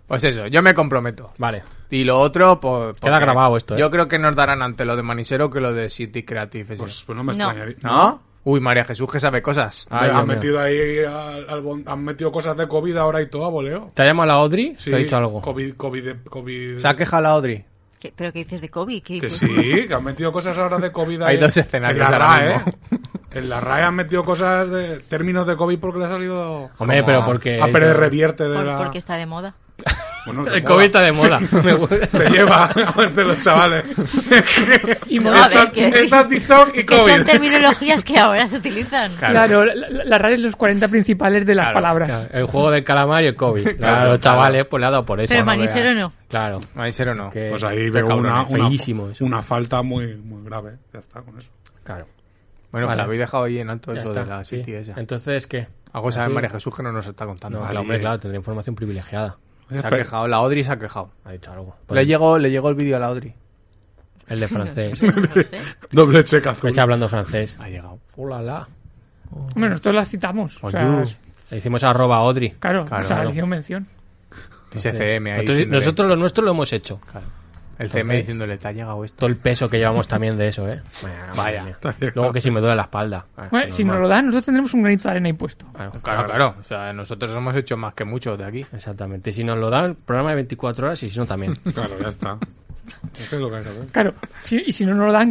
E: Pues eso, yo me comprometo.
B: Vale.
E: Y lo otro, pues.
B: Queda
E: porque
B: grabado esto, ¿eh?
E: Yo creo que nos darán antes lo de Manisero que lo de City Creative. ese.
C: Pues, pues no Ah. me
D: No.
C: extrañaría.
E: ¿No? Uy, María Jesús, que sabe cosas.
B: Ay, Dios
C: han
B: mío.
C: metido ahí al- al bon- han metido cosas de COVID ahora y todo a voleo.
B: ¿Te ha llamado la Audrey? ¿Te ha dicho algo?
C: COVID, COVID, COVID.
E: ¿Se ha quejado la Audrey?
D: ¿Qué- ¿Pero qué dices de COVID? ¿Qué
C: Que
D: dices?
C: sí, que han metido cosas ahora de COVID.
E: Hay
C: ahí.
E: dos escenarios
C: en la
E: ahora
C: RAE. ¿eh?
E: mismo.
C: En la RAE han metido cosas de términos de COVID porque le ha salido
B: Hombre,
E: ¿Cómo?
C: Ah,
B: pero porque...
C: a Pérez
B: ella-
C: Revierte de
D: Por-
C: la...
D: Porque está de moda.
C: Bueno, de
B: El
C: moda.
B: COVID está de moda. Me gusta.
C: Se lleva de los chavales.
F: Y
D: No,
F: moda-
D: a ver, quiero decir-
C: Está TikTok y
D: Que son
C: COVID.
D: terminologías que ahora se utilizan.
B: Claro.
F: Claro, la, la- la radio es los 40 principales de las palabras.
B: Claro, El juego del calamar y el COVID. Claro,
E: Claro,
B: los chavales, pues le ha dado por eso.
D: Pero
B: ¿no?
D: Manicero no.
B: Claro.
E: Manicero no.
B: Que-
C: Pues ahí
B: Eh, qué
C: veo
B: cabrones,
C: una, una,
B: Feísimo eso.
C: una falta muy, muy grave. Ya está con eso.
B: Claro.
E: Bueno, que
B: Vale.
E: lo habéis dejado ahí en alto
B: Ya
E: eso
B: está,
E: de la
B: sí.
E: City esa.
B: Entonces, ¿qué?
E: Algo sabe
B: Así-
E: María Jesús que no nos está contando.
B: No,
C: Vale.
B: el hombre, claro, tendría información privilegiada.
E: Se ha quejado, la Audrey se ha quejado.
B: Ha dicho algo.
E: Le llegó, le llegó el vídeo a la Audrey.
B: El de francés.
D: No lo sé.
C: Doble cheque
B: Fecha
C: azul.
B: Pues hablando francés.
E: Ha llegado.
B: Hola, la.
F: Hombre, nosotros las citamos. O sea,
E: Oyu.
F: es-
B: Le hicimos arroba Audrey.
F: claro,
E: uh. Claro,
F: o sea,
E: claro.
F: le hicimos mención.
E: Ese CM ahí.
B: Nosotros,
E: diciéndole-
B: nosotros lo nuestro lo hemos hecho.
E: Claro. El CM
B: Entonces-
E: diciéndole, te ha llegado esto.
B: Todo el peso que llevamos también de eso, ¿eh? Vaya. madre mía. Luego que si me duele la espalda. Ah,
F: Bueno, si nos lo dan, nosotros tendremos un granito de arena impuesto.
B: Claro,
E: Claro, claro. O sea, nosotros hemos hecho más que muchos de aquí.
B: Exactamente. Si nos lo dan, programa de 24 horas y si no, también.
C: Claro, ya está. Es que es lo que hay que hacer.
F: Claro, si- y si no nos lo dan,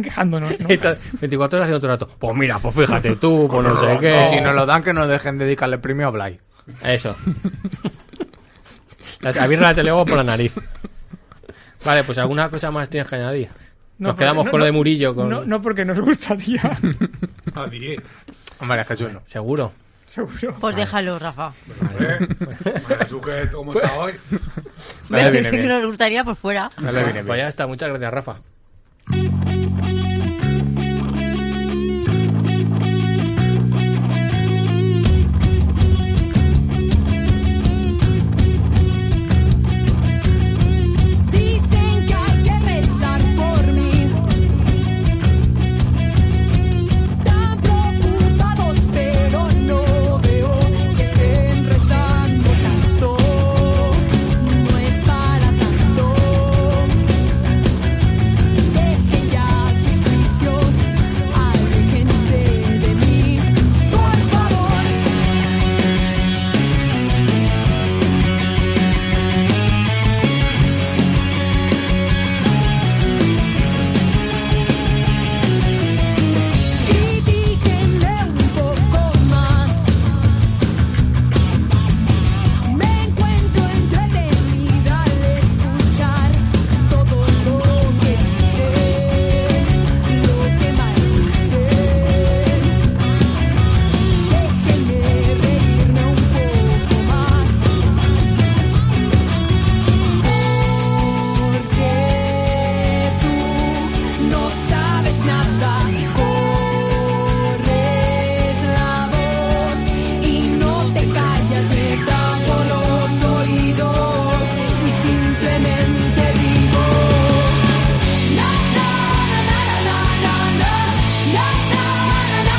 F: quejándonos. ¿no?
B: Estás 24 horas haciendo otro rato. Pues mira, pues fíjate tú, pues no sé
E: Que
B: qué.
E: si nos lo dan, que nos dejen dedicarle premio a Blay.
B: Eso. Las- A birra la luego por la nariz. Vale, pues alguna cosa más tienes que añadir.
F: No,
B: Nos quedamos
F: no,
B: con
F: no,
B: lo de Murillo. Con...
F: No, no porque nos gustaría,
C: A 10.
E: María Jesús no.
B: Seguro.
F: seguro.
D: Pues déjalo, Rafa.
C: ¿Cómo está hoy?
E: Vale,
D: Me
E: viene
D: dicen que
E: bien.
D: nos gustaría, pues fuera.
E: No le viene
B: Pues
E: bien.
B: ya está. Muchas gracias, Rafa.
H: Dicen que hay que rezar por mí. Tan preocupados, pero no veo que estén rezando tanto. No es para tanto. Dejen ya sus vicios, aléjense de mí, por favor. Critíquenle un poco más. Me encuentro entretenida al escuchar todo lo que dicen, lo que maldicen. Déjenme reírme un poco más. Porque tú no sabes nada, corres la voz y no te callas, me tapo los oídos y simplemente digo na na na na na na na na na na na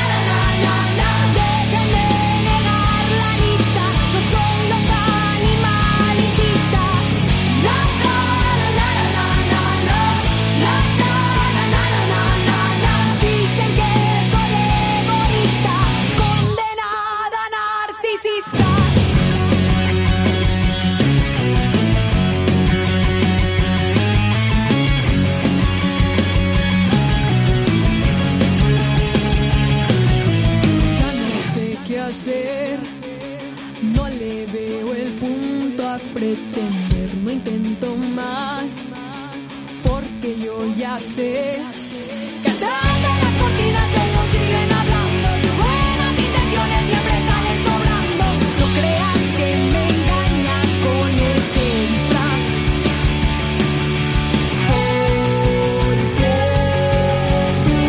H: na déjame negar la lista, no soy loca ni malinchista na na na na na na na na na na na na na dicen que soy egoísta, condenada narcisista Ya no sé qué hacer, no le veo el punto a pretender, no intento más, porque yo ya sé que atrás de las cortinas ellos siguen hablando, sus buenas intenciones siempre salen sobrando, no creas que me engañas con ese disfraz, porque tú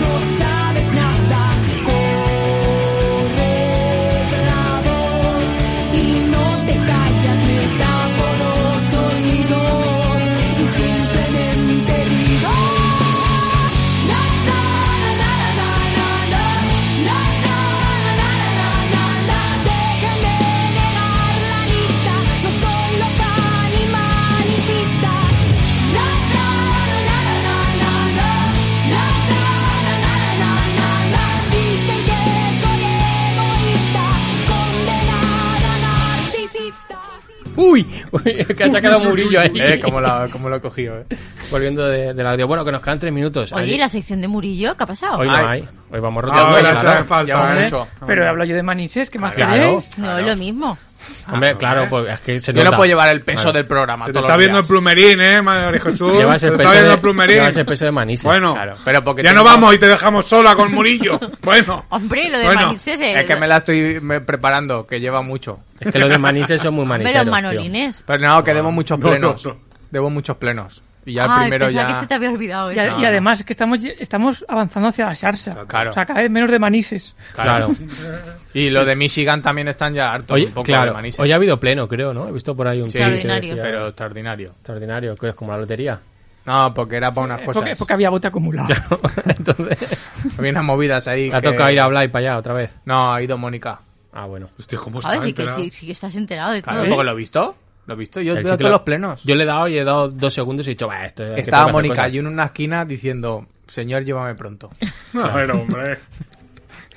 H: no sabes nada, corres la voz y no te callas, me tapo los oídos y simplemente digo na na na na na na na na na na na na déjame negar la lista, no soy loca ni malinchista na na na na na na na na na na na na dicen que soy egoísta, condenada narcisista
B: ¡Uy! Uy, que se ha quedado Murillo ahí.
E: Eh, cómo, la- cómo lo he cogido, eh.
B: Volviendo de- del audio. Bueno, que nos quedan tres minutos.
D: Oye, ¿y
B: Ahí-
D: la sección de Murillo? ¿Qué ha pasado?
B: Hoy no
E: Ay.
B: hay. Hoy vamos
C: Ahora
B: rodeando.
C: echan Ah, en
B: claro.
C: falta.
E: Llevamos
C: ¿eh?
E: mucho.
F: Pero hablo yo de Manises, ¿qué más
B: Claro.
F: queréis?
D: No, es lo mismo.
B: Hombre, claro, pues es que se
E: Yo no
B: nota.
E: puedo llevar el peso
B: Vale.
E: del programa.
C: Se te
E: todos
C: está
E: los
C: viendo el
E: días.
C: plumerín, ¿eh, María Jesús?
B: Llevas
C: Se
B: el
C: te
B: peso
C: está viendo
B: de-
C: el plumerín.
B: llevas el peso de Manises.
C: Bueno,
E: Claro, pero porque
C: ya
E: tengo-
C: no vamos y te dejamos sola con Murillo. Bueno,
D: Hombre, lo de
C: Bueno,
D: Manises eh,
E: Es que me la estoy me- preparando, que lleva mucho.
B: Es que los de Manises son muy
D: hombre,
B: maniseros. tío.
D: los manolines.
E: Pero no, que debo muchos
C: no,
E: plenos.
C: no, no.
E: Debo muchos plenos. Y ya
D: Ah,
E: el primero
D: pensaba
E: ya.
D: que se te había olvidado
F: Y, a-
D: eso.
F: y además es que estamos, lle- estamos avanzando hacia la Sharsa.
E: Claro.
F: O sea, cada vez menos de manises.
B: Claro.
E: Y lo de Michigan también están ya hartos.
B: Hoy,
E: un poco de
B: claro,
E: manises.
B: hoy ha habido pleno, creo, ¿no? He visto por ahí un
E: Sí,
B: tuit que
D: Extraordinario.
B: decía-
E: pero extraordinario.
B: Extraordinario, que es como la lotería.
E: No, porque era para unas
F: Es
E: cosas.
F: Eh, porque, porque había bote acumulado.
B: Entonces,
E: Había unas movidas ahí.
B: ha
E: que-
B: tocado ir a hablar y para allá otra vez.
E: No, ha ido Mónica.
B: Ah, bueno.
C: Hostia, ¿cómo está?
D: Joder, sí que
C: enterado?
D: sí, sí que estás enterado de todo.
E: Claro, ¿eh? porque Ah, lo he visto. Lo he visto. Yo
B: El
E: veo
B: sitio
E: todos
B: lo-
E: los plenos.
B: Yo le he dado y he dado dos segundos y he dicho, va, esto es que tengo que
E: Estaba
B: hacer
E: Mónica
B: cosas".
E: y en una esquina diciendo, señor, llévame pronto.
C: No, pero, hombre.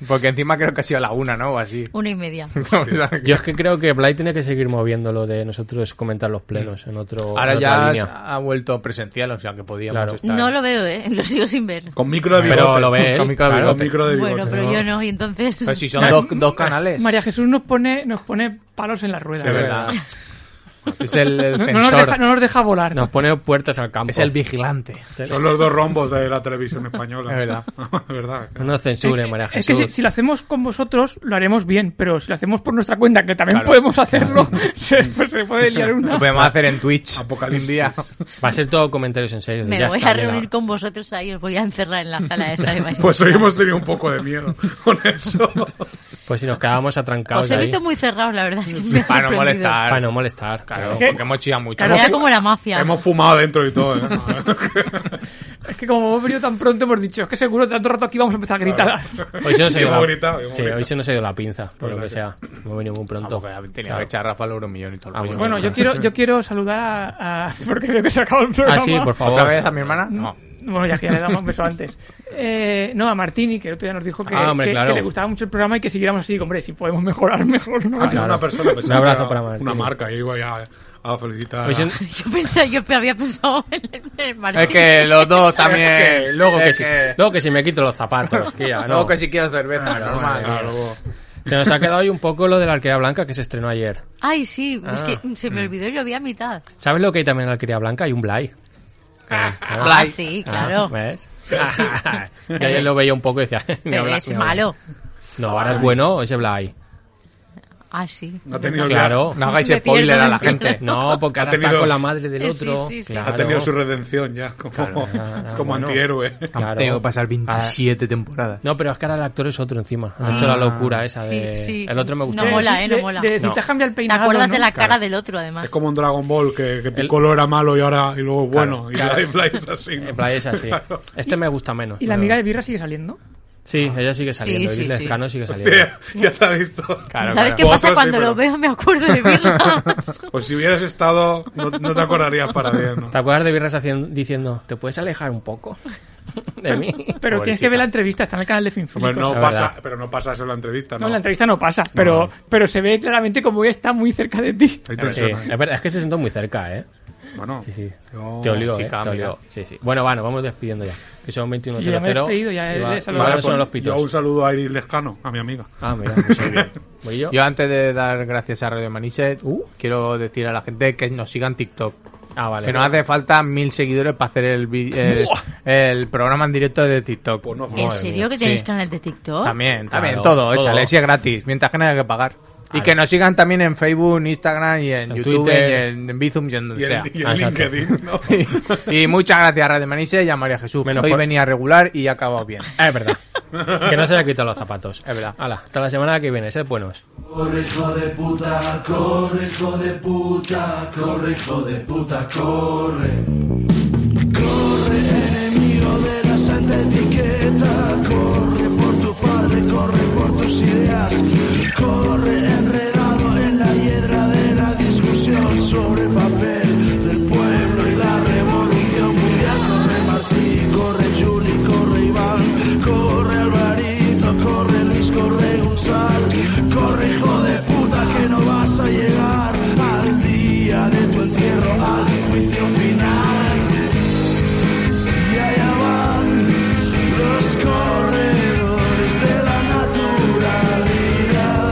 E: Porque encima creo que ha sido a la una, ¿no? O así.
D: Una y media.
E: O sea, que-
B: Yo es que creo que Blay tiene que seguir moviendo lo de nosotros comentar los plenos en otro
E: Ahora
B: en otra
E: ya
B: línea.
E: ha vuelto presencial, o sea que podíamos
B: Claro.
E: estar...
D: No lo veo, ¿eh? Lo sigo sin ver.
C: Con micro de bigote.
B: Pero lo ve él,
E: Con micro de
B: claro.
C: Con micro de bigote.
D: Bueno, pero yo no, y entonces...
E: Pero si son dos, dos canales.
F: María Jesús nos pone, nos pone palos en las ruedas.
E: Es verdad. es el, el
F: No, no nos
E: censor.
F: deja, no nos deja volar.
B: Nos pone puertas al campo.
E: Es el vigilante.
C: Son los dos rombos de la televisión española.
E: Es verdad.
C: es verdad.
B: No nos censure, María
F: Es que
B: Jesús.
F: si, si lo hacemos con vosotros, lo haremos bien, pero si lo hacemos por nuestra cuenta, que también
E: Claro.
F: podemos hacerlo, se, pues se puede liar
E: Lo
F: una.
E: podemos hacer en Twitch.
C: Apocalipsis.
E: Un día.
B: Va a ser todo comentarios en serio.
D: Me
B: ya
D: voy
B: está,
D: a
B: llega.
D: reunir con vosotros ahí, os voy a encerrar en la sala esa de baile.
C: Pues hoy hemos tenido un poco de miedo con eso.
B: Pues si nos quedábamos atrancados
D: Os he
B: ahí.
D: visto muy cerrados, la verdad. Es que me ha
E: Para Ah, no
D: sorprendido.
E: molestar.
B: Para no molestar.
E: Claro,
B: claro.
F: ¿Qué?
E: porque hemos chillado mucho.
D: Claro, era como la mafia.
C: Hemos fumado dentro y todo. ¿eh?
F: Es que como hemos venido tan pronto, hemos dicho, es que seguro tanto rato aquí vamos a empezar a gritar.
B: Hoy se nos ha ido
C: Hemos
B: la-
C: gritado, hemos
B: sí,
C: gritado.
B: hoy se nos ha ido la pinza, por lo
C: Verdad
B: que
C: que
B: sea. Hemos venido muy pronto.
E: Tampoco, Ah, pues ya tenía
B: Claro.
E: que echar Rafa al Euromillón y todo el
B: Ah,
E: rollo.
F: Bueno, yo quiero, yo quiero saludar a, a- Porque creo que se acaba el programa.
B: Ah, sí, por favor.
E: ¿Otra vez a mi hermana? No.
F: Bueno, ya que ya le damos un beso antes. Eh, no, a Martini, que el otro día nos dijo que,
B: Ah, hombre,
F: que-
B: claro.
F: que le gustaba mucho el programa y que siguiéramos así. Hombre, si podemos mejorar, mejor,
D: Ah,
F: ¿no?
C: Había Una persona que
B: Un abrazo
C: era
B: para Martín.
C: Una marca. Yo iba ya a felicitar.
B: Hoy
E: Ah.
C: a-
B: se-
D: Yo pensé, yo había pensado en el- en el Martín.
E: Es que los dos también.
B: que luego, que
E: es
B: si,
E: que-
B: luego que si me quito los zapatos, que ya, no.
E: luego que si quiero cerveza, normal.
B: madre mía. Se nos ha quedado hoy un poco lo de la alquería blanca que se estrenó ayer.
D: Ay, sí, es
B: Ah.
D: que se me olvidó y lo vi a mitad.
B: ¿Sabes lo que hay también en la alquería blanca? Hay un Blay.
D: Ah, sí, claro.
B: ¿Ves? Yo ayer lo veía un poco y decía... ni
D: Pero
B: habla-
D: es
B: ni habla.
D: malo.
B: No, ahora es bueno ese Blay.
D: Ah, sí.
C: Ha tenido, ya-
B: Claro.
E: No hagáis
D: Me pierdo
E: spoiler a
D: del
E: la gente.
B: No, porque
C: Ha
B: ahora está
C: tenido-
B: con la madre del
D: Sí,
B: otro.
D: sí, sí.
C: ha
B: Claro.
C: tenido su redención ya como,
B: ah,
C: como
B: bueno.
C: antihéroe.
B: Claro.
E: Tengo que pasar
B: Ah,
E: 27 temporadas.
B: No, pero es que ahora el actor es otro encima. Ha hecho la locura esa de...
D: Sí, sí.
B: El otro me gustó.
D: No mola, eh, no
F: De-
D: mola.
F: de- de-
B: No.
F: te has cambiado el
D: ¿Te
F: peinado,
D: acuerdas
F: ¿no?
D: de la cara del otro, además?
C: Es como un Dragon Ball que, que Piccolo era malo y ahora y luego es bueno. y Blay es así. ¿no?
B: El Blay es así. Este me gusta menos.
F: ¿Y la
B: pero-
F: amiga de Birra sigue saliendo?
B: Sí, ella sigue saliendo.
D: sí,
B: y Lescano
D: sí.
B: sigue saliendo.
C: Hostia, ya te ha visto.
D: ¿Sabes qué
C: Vosotros
D: pasa
C: sí,
D: cuando
C: pero-
D: lo veo? Me acuerdo de verla.
C: Pues si hubieras estado, no, no te acordarías para bien. ¿no?
B: ¿Te acuerdas de Birras hacien- diciendo, ¿te puedes alejar un poco de mí?
F: Pero
B: Pobre
F: tienes que
B: chica.
F: ver la entrevista, está en el canal de Finfilico.
C: Hombre, no
B: la
C: pasa,
B: verdad.
C: pero no pasa eso en la entrevista,
F: No,
C: ¿no?
F: la entrevista no pasa, pero, pero se ve claramente como ella está muy cerca de ti.
C: Hay
B: Sí,
C: tensión ahí.
B: es verdad, es que se sentó muy cerca, ¿eh?
C: Bueno,
B: Sí, sí.
E: Oh,
C: yo-
B: te olió,
E: chica,
B: ¿eh? Te
E: mira.
B: olió. Sí, sí. Bueno, bueno, vamos despidiendo ya. Que son 21.00.
F: Yo ya me he despedido, ya he-
B: y va-
F: he
B: y ahora
F: saludado. Vale, pues,
B: son los
C: yo un
B: pitos.
C: saludo a Iris Lescano, a mi amiga.
B: Ah, mira, pues muy bien. Voy yo.
E: Yo antes de dar gracias a Radio Maniche,
B: Uh.
E: quiero decir a la gente que nos sigan TikTok.
B: Ah, vale.
E: Que nos hace falta mil seguidores para hacer el, vi- el, el programa en directo de TikTok.
C: Pues no,
D: ¿En
B: Madre mía,
D: serio que tenéis
E: sí.
D: canal de TikTok?
E: También, también,
B: Claro,
E: todo,
B: todo.
E: échale, si es gratis, mientras que no hay que pagar. Y
B: Vale.
E: que nos sigan también en Facebook, Instagram y en,
B: En
E: YouTube
B: Twitter.
E: y en, en Bizum y en donde
C: y
E: sea.
C: el, y el
B: Ah, exacto.
C: LinkedIn, ¿no?
E: y muchas gracias a Radio Maniche y a María Jesús. que
B: Menos
E: hoy
B: por-
E: venía regular y ha acabado bien.
B: Ah, es verdad. que no se haya quitado los zapatos.
E: Es verdad.
B: Hala, hasta la semana que viene, sed buenos.
I: Corre hijo de puta, corre hijo de puta, corre hijo de puta, corre. Corre enemigo de la santa etiqueta, corre por tu padre, corre por tus ideas. Corre